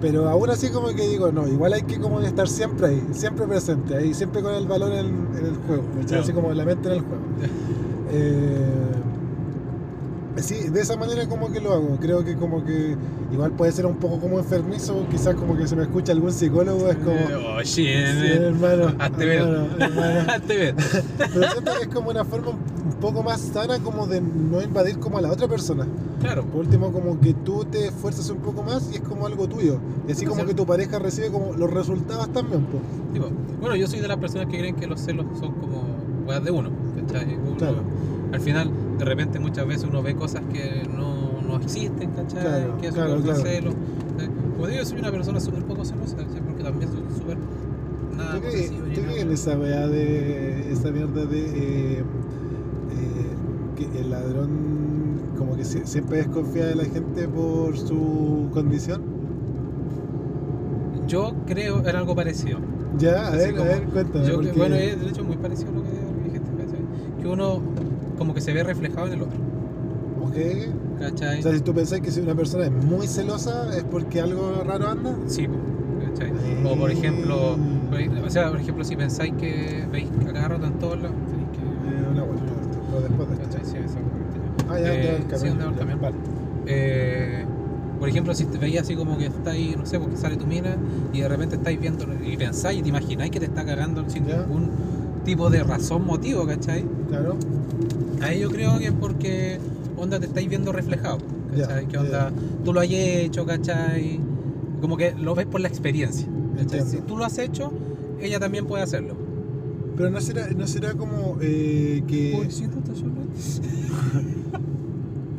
S1: pero aún así como que digo, no, igual hay que como estar siempre ahí, siempre presente, ahí siempre con el valor en, en el juego, ¿cachai?
S2: Claro.
S1: así como la mente en el juego.
S2: Ya.
S1: Eh, sí, de esa manera como que lo hago, creo que como que igual puede ser un poco como enfermizo, quizás como que se me escucha algún psicólogo, es como...
S2: Eh, oh, shit,
S1: "Sí,
S2: eh.
S1: hermano,
S2: hazte ver".
S1: hermano, hermano".
S2: Te ves.
S1: Pero siento que es como una forma un poco más sana como de no invadir como a la otra persona.
S2: Claro.
S1: Por último, como que tú te esfuerzas un poco más y es como algo tuyo. Y así
S2: Sí,
S1: como
S2: sí.
S1: que tu pareja recibe como los resultados también, pues.
S2: Tipo, bueno, yo soy de las personas que creen que los celos son como weas de uno, ¿cachai? Uno,
S1: Claro.
S2: Al final, de repente, muchas veces uno ve cosas que no, no existen, ¿cachai?
S1: Claro,
S2: que eso
S1: claro,
S2: causa
S1: claro.
S2: celos. ¿cachai? Como digo, yo soy una persona súper poco celosa, ¿cachai? Porque también soy súper. Nada,
S1: ¿Tú crees
S2: posesivo ni
S1: tú crees
S2: nada.
S1: en esa weá de. esa mierda de. eh, eh, que el ladrón como que sie- siempre desconfía de la gente por su condición?
S2: Yo creo en algo parecido.
S1: Ya, a
S2: Así
S1: ver,
S2: como-
S1: a ver, cuéntame.
S2: Yo-
S1: porque-
S2: Bueno, eh, es de hecho muy parecido a lo que lo que dijiste, ¿cachai? Que uno como que se ve reflejado en el otro,
S1: ok.
S2: ¿cachai?
S1: O sea, si tú pensás que si una persona es muy celosa es porque algo raro anda.
S2: Sí, po, ¿cachai? O por ejemplo, por- o sea, por ejemplo, si pensáis que veis que a cada rato en todos lados, tenéis
S1: Eh,
S2: que.
S1: una vuelta, pero después de esto.
S2: ¿Cachai? Sí, exactamente.
S1: Ah, ya,
S2: Eh,
S1: ya, el
S2: sí,
S1: camión.
S2: andaba el
S1: ya,
S2: camión.
S1: vale.
S2: Eh, por ejemplo, si te veis así como que está ahí, no sé, porque sale tu mina y de repente estáis viendo y pensáis y te imagináis que te está cagando sin
S1: Ya.
S2: ningún tipo de razón, motivo, ¿cachai?
S1: Claro.
S2: Ahí yo creo que es porque onda te estáis viendo reflejado,
S1: Ya,
S2: ¿cachai? que
S1: ya,
S2: onda tú lo has hecho, ¿cachai? Como que lo ves por la experiencia, ¿cachai?
S1: Entiendo.
S2: Si tú lo has hecho, ella también puede hacerlo.
S1: Pero no será, no será como eh, que.
S2: Pobrecito, está solo.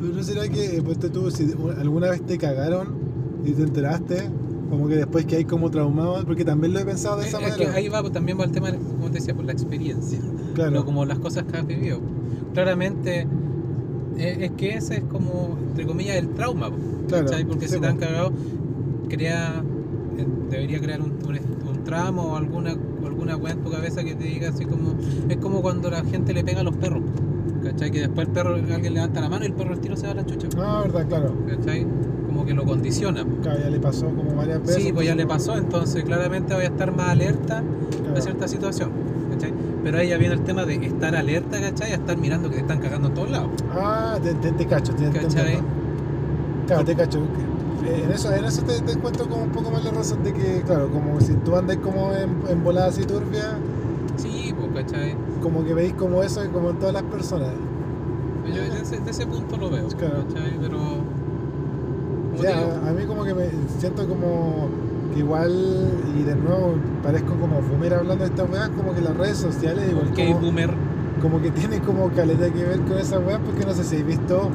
S1: Pero no será que, eh, ponte tú, si u- alguna vez te cagaron y te enteraste, como que después que hay como traumado, porque también lo he pensado de esa
S2: Es que
S1: manera.
S2: ahí va, pues, también va el tema, como te decía, por la experiencia, no
S1: claro,
S2: como las cosas que has vivido. Claramente, eh, es que ese es como, entre comillas, el trauma, pues. po,
S1: claro.
S2: ¿cachai? Porque
S1: sí,
S2: si te
S1: pues.
S2: han cagado, crea, eh, debería crear un, un- un tramo o alguna, o alguna wea en tu cabeza que te diga así como, es como cuando la gente le pega a los perros, ¿cachai? Que después el perro, alguien levanta la mano y el perro al tiro se va a la chucha,
S1: Ah, verdad, claro.
S2: ¿cachai? Como que lo condiciona. po.
S1: Claro, ya le pasó como varias veces.
S2: Sí, pues ya
S1: entonces,
S2: le pasó, entonces claramente voy a estar más alerta
S1: claro.
S2: a cierta situación. ¿cachai? Pero ahí ya viene el tema de estar alerta, ¿cachai? A estar mirando que te están cagando en todos lados.
S1: Ah, te, te, te cacho, te, te
S2: ¿Cachai?
S1: entiendo. Claro, te cacho. que- eh, En eso, en eso te, te encuentro como un poco más la razón de que, claro, como si tú andas como en, en volada así turbia,
S2: Sí, pues, ¿cachai?
S1: como que veis como eso como en todas las personas.
S2: Pues Yo de ese, de ese punto lo veo,
S1: Claro.
S2: ¿cachai? Pero. Como
S1: Ya,
S2: digo,
S1: a mí como que me siento como que igual, y de nuevo parezco como boomer hablando de estas weas, como que las redes sociales igual
S2: porque
S1: como,
S2: boomer.
S1: como que tiene como caleta que ver con esas weas, porque no sé si habéis visto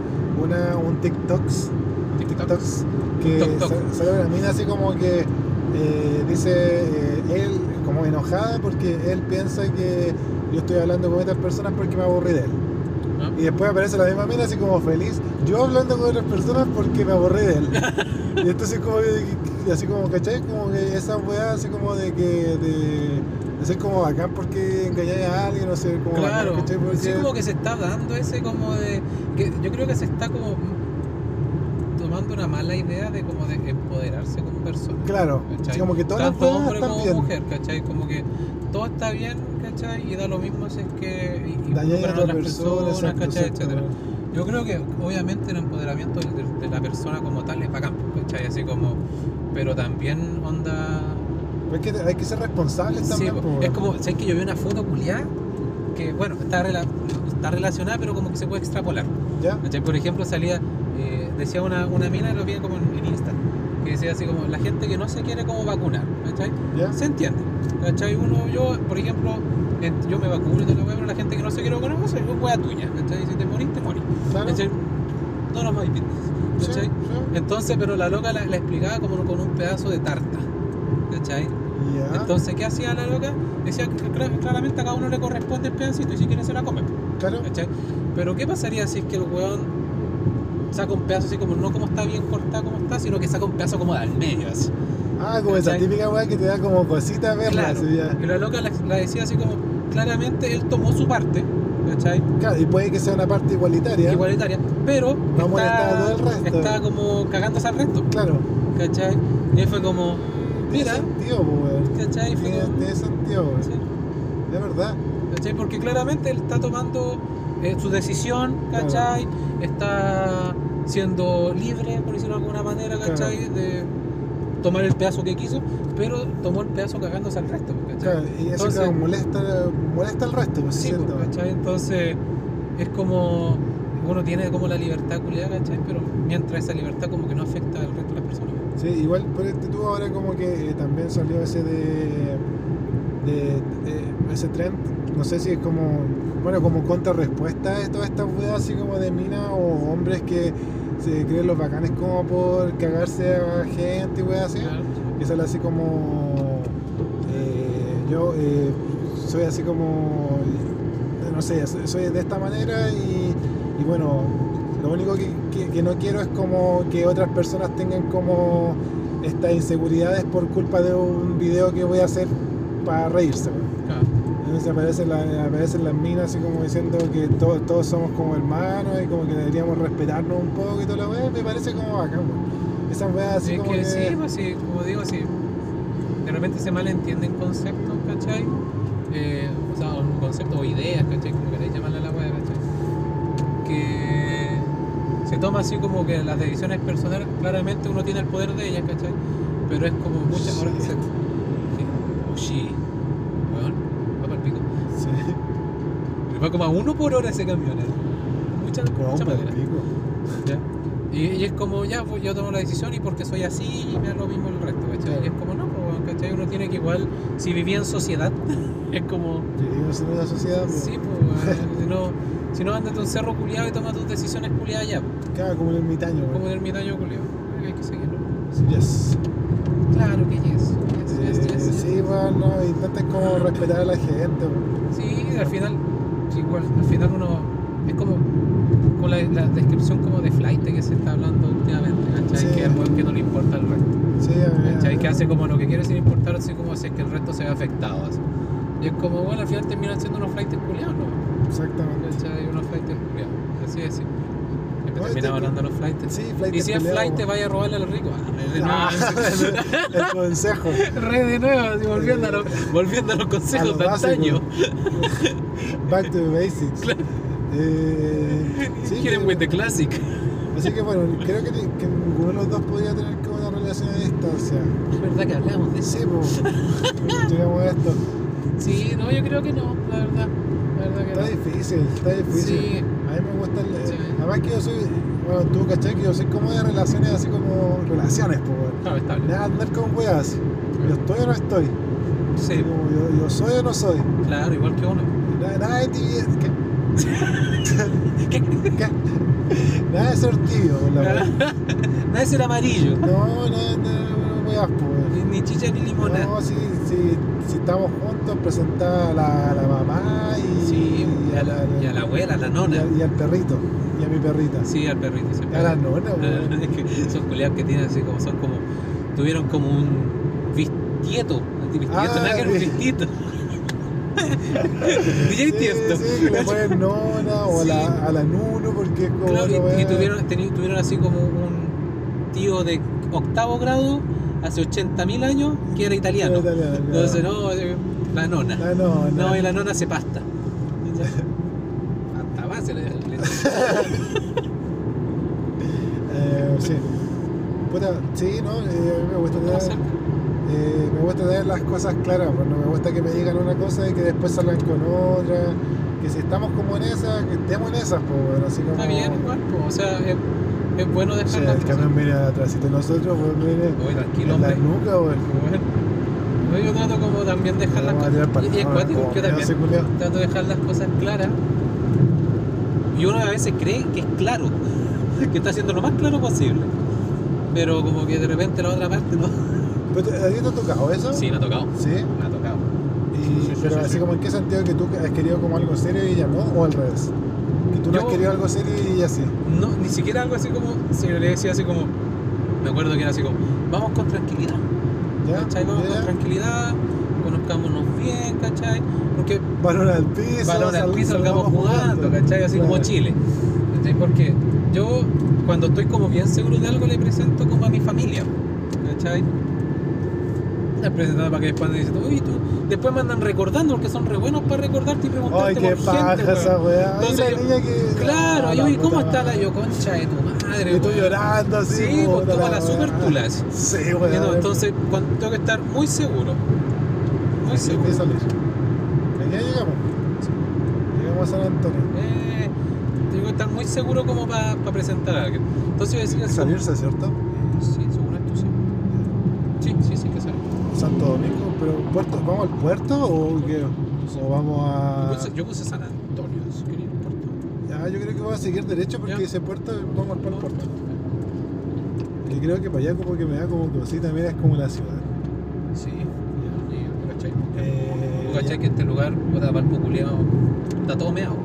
S1: una, un TikToks,
S2: TikTok.
S1: TikToks que
S2: Tok, tok.
S1: sa- sale una mina así como que eh, dice eh, él como enojada porque él piensa que yo estoy hablando con estas personas porque me aburrí de él.
S2: Ah.
S1: Y después aparece la misma mina así como feliz, yo hablando con otras personas porque me aburrí de él. y entonces como que, así como, ¿cachai? Como que esa weá así como de que, de, de ser como bacán porque engañáis a alguien, no sé, como bacán,
S2: Claro,
S1: ¿cachai? Porque-
S2: sí, como que se está dando ese como de. Que yo creo que se está como tomando una mala idea de como de empoderarse como persona.
S1: Claro,
S2: ¿Cachai?
S1: así como que todas
S2: tanto
S1: las weas
S2: hombre
S1: están
S2: como
S1: bien.
S2: mujer, ¿cachai? Como que todo está bien, ¿cachai? Y da lo mismo si es que y- y
S1: Dañáis a
S2: involucran
S1: otra persona, exacto,
S2: ¿cachai?
S1: exacto.
S2: Etcétera. Yo creo que obviamente el empoderamiento de, de- de la persona como tal es bacán, ¿cachai? Así como, pero también onda...
S1: Pero es que hay que ser responsables
S2: Sí,
S1: también.
S2: po.
S1: po,
S2: es
S1: weón.
S2: como, sé que yo vi una foto culiada que, bueno, está, rela- está relacionada, pero como que se puede extrapolar.
S1: ¿Ya?
S2: ¿Cachai? Por ejemplo, salía, eh, decía una, una mina, lo vi como en, en Insta, que decía así como, la gente que no se quiere como vacunar, ¿cachai?
S1: ¿Ya?
S2: Se entiende, ¿Cachai? Uno, yo, por ejemplo, en- yo me vacuno y toda la weá, pero la gente que no se quiere vacunar, pues, es weá tuya, ¿cachai? Si te morís, te morís.
S1: Claro.
S2: ¿Cachai? No nos vais
S1: Sí,
S2: ¿cachai?
S1: sí.
S2: Entonces, pero la loca la, la explicaba como con un pedazo de tarta, ¿cachai?
S1: Ya.
S2: Entonces, ¿qué hacía la loca? Decía que cla- claramente a cada uno le corresponde el pedacito y si quiere se la come,
S1: claro.
S2: ¿cachai? Pero, ¿qué pasaría si es que el weón saca un pedazo así como, no como está bien cortado como está, sino que saca un pedazo como al medio, así?
S1: Ah, como esa
S2: ¿Cachai?
S1: típica weá que te da como cosita verla.
S2: Claro.
S1: así, ya.
S2: Y la loca la, la decía así como, claramente él tomó su parte, ¿cachai?
S1: Claro, y puede que sea una parte igualitaria.
S2: Igualitaria, pero
S1: a molestar a todo el resto.
S2: está como cagándose al resto,
S1: Claro.
S2: ¿cachai? Y él fue como, mira,
S1: Tiene sentido, po, weón.
S2: ¿cachai? Fue
S1: Tiene,
S2: como,
S1: tiene sentido, weón.
S2: "Sí",
S1: De verdad.
S2: ¿cachai? Porque claramente él está tomando eh, su decisión,
S1: Claro.
S2: ¿cachai? Está siendo libre, por decirlo de alguna manera,
S1: Claro.
S2: ¿cachai? De tomar el pedazo que quiso, pero tomó el pedazo cagándose al resto, ¿cachai?
S1: Claro, y eso
S2: Entonces-
S1: claro, molesta, molesta al resto, pues
S2: Sí,
S1: siento.
S2: pues, ¿cachai? Entonces es como uno tiene como la libertad culiada, ¿cachai? Pero mientras esa libertad como que no afecta al resto de las personas.
S1: Sí, igual ponerte tú ahora como que eh, también salió ese de, de, de- ese trend, no sé si es como, bueno, como contrarrespuesta a todas estas weas así como de mina o hombres que se creen los bacanes como por cagarse a gente y weas así,
S2: Claro.
S1: que sale así como, eh, yo eh, soy así como, eh, no sé, soy soy de esta manera y, y bueno, lo único que, que- que no quiero es como que otras personas tengan como estas inseguridades por culpa de un video que voy a hacer para reírse. weón.
S2: Claro.
S1: Entonces aparecen, la- aparecen las minas así como diciendo que to- todos somos como hermanos y como que deberíamos respetarnos un poco y toda la weá, me parece como bacán, weón. Esas weas así
S2: es
S1: como
S2: que,
S1: que...
S2: sí, pues sí, como digo, sí. De repente se malentienden conceptos, ¿cachai? Eh, o sea, un concepto o ideas, ¿cachai? Como queréis llamarle a la web, ¿cachai? Que se toma así como que las decisiones personales, claramente uno tiene el poder de ellas, ¿cachai? Pero es como muchas horas que se.
S1: Sí.
S2: Sí. Oh, sí. Weón, va para el pico.
S1: sí,
S2: Le Va como a uno por hora ese camión, ¿eh? Mucha,
S1: como
S2: mucha
S1: un
S2: madera.
S1: pico.
S2: ¿Ya? Y, y es como, ya, pues yo tomo la decisión y porque soy así, me da lo mismo el resto, ¿cachai?
S1: Claro.
S2: Y es como, no, pues, weón, ¿cachai? Uno tiene que igual, si vivía en sociedad, es como,
S1: Vivimos en una sociedad, weón.
S2: sí, pues, weón, si no, si no, ándate a un cerro culiado y toma tus decisiones culiadas ya, pues,
S1: Claro, como un ermitaño, weón.
S2: como el ermitaño culiado. Hay que seguirlo.
S1: Yes.
S2: Claro que yes, yes, yes,
S1: Eh,
S2: yes, yes.
S1: sí, weón, no, intenten como respetar a la gente, weón.
S2: Sí, al final, sí, igual, al final uno es como con la, la descripción como de flight que se está hablando últimamente, ¿cachai?
S1: Sí.
S2: Que al weón que no le importa el resto,
S1: Sí, a mí-
S2: ¿cachai? Que hace como lo que quiere sin importarse como si es que el resto se ve afectado, así. Y es como, bueno, al final terminan siendo unos flights culiados, ¿no?
S1: Exactamente.
S2: ¿Cachai? Unos flightes culiados, así es. Siempre
S1: No,
S2: terminaba
S1: este-
S2: hablando de los flights.
S1: Sí, flight
S2: y si es flight, te vaya a robarle al rico. Ah, de nuevo.
S1: el consejo.
S2: Re de nuevo, así, volviendo, a los, volviendo a los
S1: A
S2: consejos
S1: lo
S2: de
S1: básico.
S2: antaño.
S1: Back to the basics. Eh, sí,
S2: Quieren
S1: que-
S2: with the classic.
S1: Así que bueno, creo que, que ninguno de los dos podría tener como una relación a distancia.
S2: Es verdad que hablamos de eso.
S1: Sí, pues. Llegamos a esto.
S2: Sí, no, yo creo que no, la verdad. La verdad que
S1: Está
S2: no.
S1: difícil, está difícil.
S2: Sí.
S1: A mí me gusta el.
S2: Sí.
S1: Además que yo soy. Bueno, tú cachai que yo soy como de relaciones así como. Relaciones, pues, weón.
S2: Claro, está bien.
S1: Nada, de andar con weas. Yo estoy o no estoy.
S2: Sí,
S1: Como yo, yo soy o no soy.
S2: claro, igual que uno.
S1: Nada, nada de tibia. ¿qué?
S2: ¿Qué?
S1: Nada de ser tibio, weón, la wea.
S2: Nada es el amarillo.
S1: No, nada, nada, weas, pues, weón.
S2: Ni- Ni chicha ni limonada.
S1: No, sí, sí, si estamos juntos, presenta a la, a la mamá y,
S2: sí,
S1: y
S2: y a, la, y a la abuela, a la
S1: y
S2: nona.
S1: al- y al perrito, y a mi perrita.
S2: Sí, al perrito.
S1: Y
S2: siempre.
S1: A la nona, weón.
S2: Es que son culiados que tienen así como, son como, tuvieron como un bistieto. Bistieto,
S1: Ah,
S2: nada que era un
S1: sí.
S2: bistieto. DJ Tiesto.
S1: Sí, sí, que le ponen nona o a,
S2: Sí.
S1: la, a la nuno porque es como.
S2: Claro,
S1: una
S2: y, y
S1: weá.
S2: tuvieron, teni- tuvieron así como un tío de octavo grado, hace 80.000 años, que era italiano.
S1: Era italiano, claro.
S2: Entonces, no, eh, la nona.
S1: La nona.
S2: no, y la nona se pasta. Hasta más se le le-
S1: Eh, sí. Puta, sí, ¿no? Eh, a mí me gusta
S2: ¿Cómo
S1: tener,
S2: hacer?
S1: eh, me gusta tener las cosas claras, pues no me gusta que me digan una cosa y que después salgan con otra. Que si estamos como en esas, que estemos en esas, pues bueno, así como.
S2: Está bien, igual, po, o sea, es, es bueno
S1: O
S2: dejar
S1: sea,
S2: las
S1: el
S2: cosas.
S1: camión viene atrás y nosotros, pues viene
S2: Oye, tranquilo,
S1: en la
S2: hombre.
S1: nuca, pues.
S2: Bueno, No, yo trato como también dejar las
S1: Vamos a
S2: cosas.
S1: tirar para el
S2: y es
S1: lado,
S2: cuático,
S1: como
S2: yo
S1: mierda ese
S2: también
S1: culiao.
S2: trato de dejar las cosas claras. Y uno a veces cree que es claro, que está haciendo lo más claro posible. Pero como que de repente la otra parte no.
S1: ¿Pero te- ¿A ti te ha tocado eso?
S2: Sí, me ha tocado.
S1: ¿Sí?
S2: Me ha tocado.
S1: Y,
S2: Sí, sí, sí,
S1: pero
S2: sí,
S1: así
S2: sí.
S1: como en qué sentido que tú has querido como algo serio y ella no, o al revés. Que tú no
S2: Yo-
S1: has querido algo serio y ella sí.
S2: No, ni siquiera algo así como, si yo le decía así como, me acuerdo que era así como, vamos con tranquilidad.
S1: ¿Ya?
S2: ¿Cachai? Vamos
S1: Ya,
S2: con
S1: ya.
S2: tranquilidad, conozcámonos bien, ¿cachai? Porque
S1: Balón al piso.
S2: balón al
S1: sal-
S2: piso, salgamos
S1: salgamos
S2: jugando, ¿cachai? Así como
S1: Claro.
S2: Chile. ¿Cachai? Porque yo, cuando estoy como bien seguro de algo, le presento como a mi familia, ¿cachai? Les presentaba para que después me dicen, oye, tú. Después me andan recordando porque son re buenos para recordarte y preguntarte
S1: Ay, qué
S2: por gente,
S1: paja esa
S2: weón.
S1: weá. Ay,
S2: Entonces
S1: la
S2: yo-
S1: niña que.
S2: Claro,
S1: Ah,
S2: yo,
S1: la
S2: ¿y cómo
S1: puta
S2: está la
S1: madre.
S2: yo concha de tu madre?
S1: Y tú
S2: weón?
S1: llorando así.
S2: Sí, pues
S1: puta
S2: toma la
S1: weá.
S2: super pulas.
S1: Sí,
S2: Ya no,
S1: weá.
S2: Entonces, cuando tengo que estar muy seguro. Muy
S1: Así
S2: seguro.
S1: empieza a leer. Y Ya llegamos. Llegamos a San Antonio.
S2: Eh, tengo que estar muy seguro como para presentar a alguien. Entonces yo decía, "Segu-
S1: Salirse, ¿cierto?
S2: Sí, según esto sí. Sí, sí, sí que sale.
S1: Santo Domingo, pero puerto, ¿vamos al puerto o qué? O vamos
S2: Yo
S1: a.
S2: puse, yo puse San Antonio, si quería ir al puerto.
S1: Ya, yo creo que voy a seguir derecho porque
S2: Ya.
S1: ese puerto vamos al pa'l puerto. Que creo que para allá como que me da como cosita, mira, es como la ciudad.
S2: Sí, y ¿tú cachai?
S1: Eh,
S2: ¿Tú cachai que este lugar, puta, Valpo culiao, está todo meado?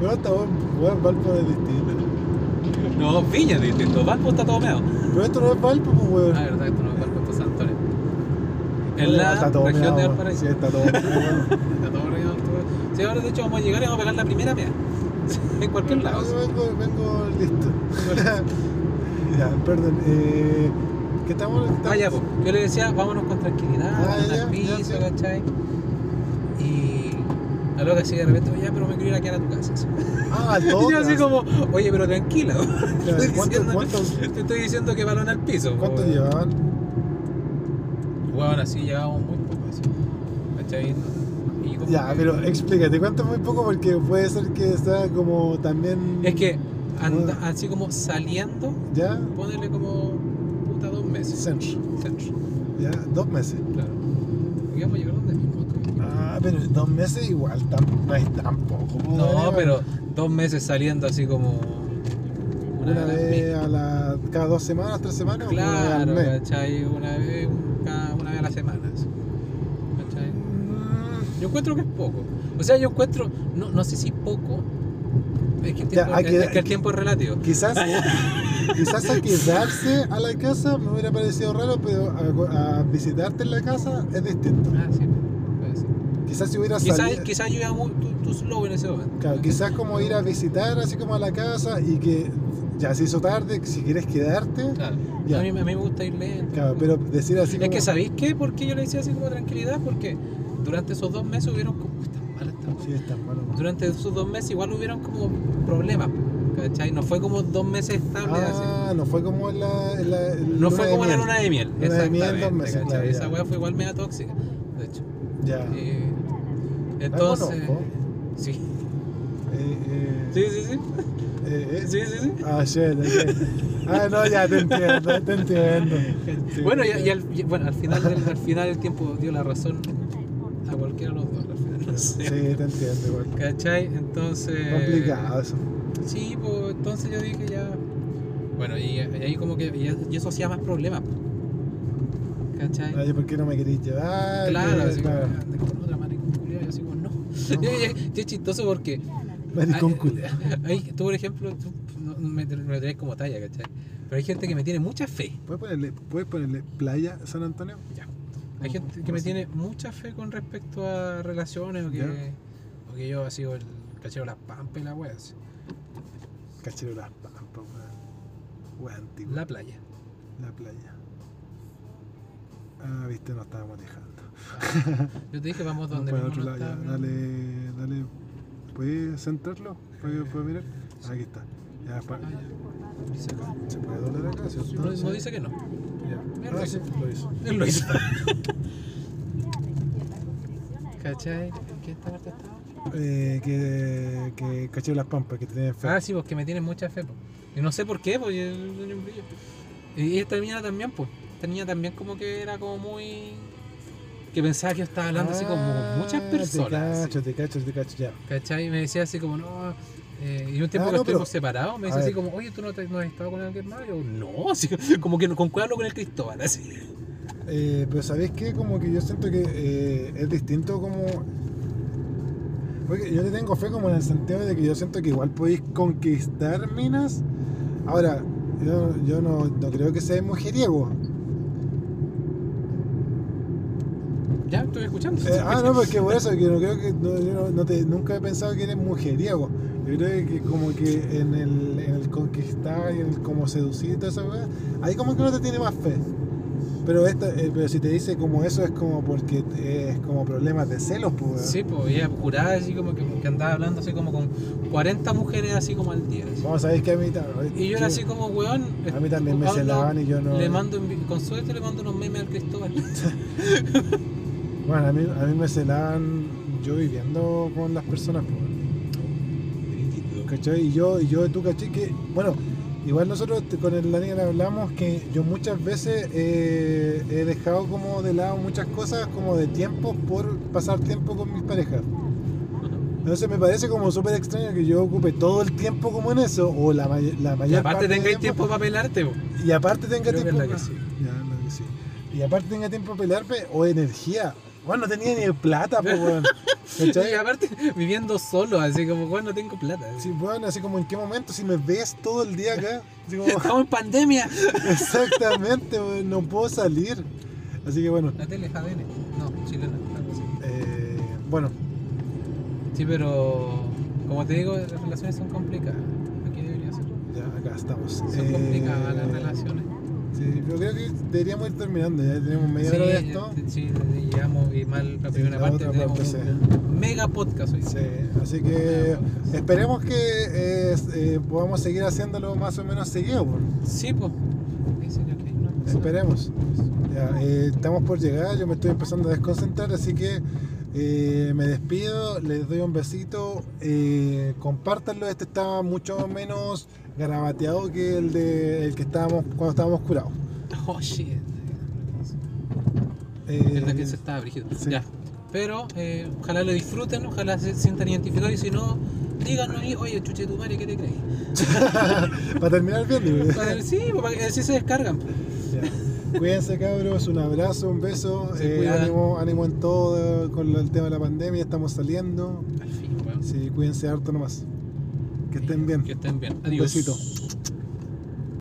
S1: Pero hasta weón, Valpo es distinto.
S2: No, Viña, distinto. Valpo está todo meado.
S1: Pero esto no es Valpo, pues weón.
S2: Ah, verdad, esto no es Valpo, esto es San Antonio. En
S1: Weón,
S2: la
S1: está todo
S2: región de
S1: meado.
S2: Valparaíso.
S1: Sí, está todo meado.
S2: Está todo región, todo- Sí, ahora de hecho vamos a llegar y vamos a pegar la primera mea. En cualquier lado.
S1: Yo vengo, vengo listo. ya, perdón. Eh, ¿Qué estamos?
S2: Ah, ya, pues. Yo le decía, vámonos con tranquilidad,
S1: Ah,
S2: vámonos
S1: ya,
S2: al
S1: ya,
S2: piso,
S1: sí.
S2: ¿cachai? Y la loca así de repente, ya, pero me quiero ir a quedar a tu casa. así.
S1: Ah, al
S2: Y
S1: toque,
S2: yo así como, oye, pero tranquila,
S1: Ya,
S2: estoy
S1: ¿cuánto-
S2: diciendo-
S1: cuánto-
S2: te estoy diciendo que balón al piso.
S1: ¿Cuánto
S2: weón.
S1: llevaban?
S2: Weón, así llevábamos muy poco, así. ¿Cachai? Y como-
S1: Ya, pero explícate, cuánto muy poco porque puede ser que está como también.
S2: Es que, anda-
S1: Weón.
S2: así como saliendo,
S1: Ya,
S2: ponerle como, puta, dos meses.
S1: Centro.
S2: Centro,
S1: Ya, dos meses.
S2: claro. Y vamos a llegar donde mismo, ¿cachai?
S1: Ah, pero dos meses igual, tam- no es tampoco. pues,
S2: No,
S1: weón.
S2: pero dos meses saliendo así como una,
S1: Una
S2: vez.
S1: vez a la, cada dos semanas, tres
S2: a la-
S1: semanas. o
S2: Claro,
S1: una vez al mes.
S2: ¿cachai? Una vez, cada- una vez a la semana. así, ¿cachai?
S1: Mm,
S2: Yo encuentro que es poco. O sea, yo encuentro, no, no sé si poco. Es que el
S1: Ya,
S2: tiempo,
S1: hay que-
S2: es que el tiempo es relativo.
S1: Quizás, quizás a quedarse a la casa me hubiera parecido raro, pero a, a visitarte en la casa es distinto.
S2: Ah, sí, puede ser.
S1: Quizás si hubiera
S2: Quizás
S1: salido.
S2: quizás yo iba muy- tú, tú slow en ese momento.
S1: claro, quizás como ir a visitar así como a la casa y que ya se hizo tarde, si quieres quedarte.
S2: Claro.
S1: Ya.
S2: A, mí, a mí me gusta ir lento.
S1: Claro, pero decir así
S2: Es
S1: como.
S2: que ¿sabéis qué? ¿Por qué yo le decía así como tranquilidad? Porque durante esos dos meses hubieron como... Está mal esta
S1: Sí, está bueno.
S2: durante esos dos meses igual hubieron como problemas, ¿cachai? No fue como dos meses estables así.
S1: Ah, no fue como en la. en la- en
S2: No
S1: luna
S2: fue
S1: de
S2: como la
S1: miel.
S2: luna de miel,
S1: Luna de
S2: exactamente,
S1: miel, dos meses,
S2: ¿cachai?
S1: claro, ya.
S2: Esa weá fue igual media tóxica, de hecho.
S1: Ya.
S2: Eh,
S1: Ah,
S2: entonces...
S1: conozco.
S2: Sí.
S1: Eh, eh,
S2: Sí, sí, sí.
S1: eh, eh.
S2: Sí, sí, sí.
S1: Ah, shit, ok. Ah, no, ya te entiendo, te entiendo. Sí.
S2: Bueno, y, y al, y- bueno, al final del, al final el tiempo dio la razón a cualquiera de los dos, al final, no
S1: Sí,
S2: sé.
S1: te entiendo igual.
S2: ¿Cachai? Entonces...
S1: Complicado eso.
S2: Sí, pues entonces yo dije ya. Bueno, y, y ahí como que. Y, y eso hacía más problemas. po. ¿Cachai?
S1: Oye, ¿por qué no me querís llevar?
S2: claro,
S1: Que-
S2: así como, "Ah,
S1: claro.
S2: anda con otra maricón culiao, y así como, no. Y, y- y es chistoso porque.
S1: Maricón
S2: ah,
S1: culiao.
S2: ahí, tú, por ejemplo, tú no, no me, me lo tenés como talla, ¿cachai? Pero hay gente que me tiene mucha fe.
S1: ¿Puedes ponerle, ¿Puedes ponerle playa San Antonio?
S2: Hay gente que me tiene mucha fe con respecto a relaciones o que,
S1: Ya.
S2: o que yo así, o el cachero las pampas y la wea, así.
S1: Cachero las pampas, weón. Weón, antiguo.
S2: La playa.
S1: La playa. Ah, viste, no estaba manejando.
S2: Yo te dije, vamos
S1: Vamos
S2: donde
S1: para el
S2: mismo
S1: otro
S2: no
S1: lado, ya.
S2: está,
S1: Dale, dale. ¿Puedes centrarlo?
S2: Eh,
S1: ¿Puedes, puedes mirar? Aquí está. Ya, pa-
S2: Ah, ya.
S1: ¿Se puede doblar acá, cierto?
S2: No, no dice que no.
S1: Ya.
S2: Mira,
S1: Ah,
S2: lo
S1: sí,
S2: hizo.
S1: lo hizo.
S2: Él lo hizo.
S3: ¿Cachai?
S2: ¿Cachai? ¿Qué esta parte está?
S1: Eh, que, que caché las pampas que tienen fe.
S2: Ah, sí, pues, porque me tienen mucha fe. po. Y no sé por qué, pues. yo- yo- yo- yo- Y esta mía también, pues. esta niña también como que era como muy... Que pensaba que yo estaba hablando así como con muchas
S1: Ah,
S2: personas.
S1: Te
S2: así,
S1: cacho, te cacho, te cacho, ya.
S2: ¿Cachai? Y me decía así como, no... eh, y un tiempo que
S1: Ah, no, pero-
S2: estuvimos separados, me
S1: a
S2: dice así
S1: ver.
S2: como, oye, ¿tú no, te- no has estado con alguien más? Yo, no, así, como que con cuál hablo con el Cristóbal, así.
S1: Eh, pero ¿sabéis qué? Como que yo siento que eh, es distinto como... Porque yo le tengo fe como en el sentido de que yo siento que igual podéis conquistar minas. Ahora, yo, yo no, no creo que sea mujeriego.
S2: Ya, estoy escuchando.
S1: Eh, ah, no, porque por eso, que no creo que... no, yo no- no te- nunca he pensado que eres mujeriego. Yo creo que como que en el, en el conquistar y en el como seducir y toda esa weá, ahí como que no te tiene más fe. Pero, esta, eh, pero si te dice como eso es como porque eh, es como problemas de celos, pues. weón.
S2: Sí, pues ella curada así como que, que andaba hablando así como con 40 mujeres así como al día. así.
S1: Vamos, sabéis que a mí también.
S2: Y yo era así como, weón.
S1: A mí también me
S2: hablo-
S1: celaban y yo no.
S2: Le mando, un vi- con suerte le mando unos memes al Cristóbal.
S1: Bueno, a mí, a mí me celaban yo viviendo con las personas, pues, ¿cachai? Y yo, y yo, tú, ¿cachai? Que, bueno, igual nosotros te- con el Daniel hablamos que yo muchas veces eh, he dejado como de lado muchas cosas como de tiempo por pasar tiempo con mis parejas. Entonces me parece como súper extraño que yo ocupe todo el tiempo como en eso, o la, may- la
S2: Y
S1: mayor
S2: aparte
S1: parte del
S2: tengáis tiempo para pelarte, po.
S1: Y aparte tenga
S2: Creo que
S1: tiempo.
S2: es la que sí.
S1: Ya, la que sí. Y aparte tenga tiempo para pelearme o energía. Bueno, no tenía ni plata, pues, weón.
S2: Y
S1: ¿Cachai?
S2: aparte viviendo solo, así como, weón, no tengo plata. así.
S1: Sí, bueno, así como en qué momento, si me ves todo el día acá. así como,
S2: Estamos en pandemia.
S1: exactamente, weón, no puedo salir. Así que bueno,
S2: La tele es ADN. No, chilena. algo así.
S1: eh, bueno,
S2: Sí, pero como te digo, las relaciones son complicadas. Aquí debería ser.
S1: ya acá estamos.
S2: Son
S1: Eh,
S2: complicadas las relaciones.
S1: Sí, pero creo que deberíamos ir terminando, ya tenemos media hora de esto.
S2: Sí, sí, llevamos y mal la
S1: Sí,
S2: primera
S1: la
S2: parte.
S1: otra
S2: tenemos
S1: parte,
S2: un un mega podcast hoy.
S1: Sí, así que esperemos que eh, eh, podamos seguir haciéndolo más o menos seguido. weón.
S2: Sí, pues. Dicen que hay una persona.
S1: Esperemos. Ya, eh, estamos por llegar, yo me estoy empezando a desconcentrar, así que eh, me despido, les doy un besito, eh, compártanlo, este está mucho menos garabateado que el de el que estábamos cuando estábamos curados.
S2: Oh, shit.
S1: Eh,
S2: Verdad que se estaba brígido.
S1: sí.
S2: Ya. Pero eh, ojalá lo disfruten, ojalá se sientan identificados y si no, díganos ahí, oye, chuche tu madre, ¿qué te crees?
S1: para terminar bien, digo.
S2: Para el- sí, para que así se descargan.
S1: Ya. Cuídense cabros, un abrazo, un beso,
S2: Se
S1: eh,
S2: cuidan.
S1: ánimo, ánimo en todo eh, con lo- el tema de la pandemia, estamos saliendo.
S2: Al fin, weón.
S1: Sí, cuídense harto nomás. Que estén bien.
S2: Que estén bien.
S1: Un
S2: Adiós.
S1: besito.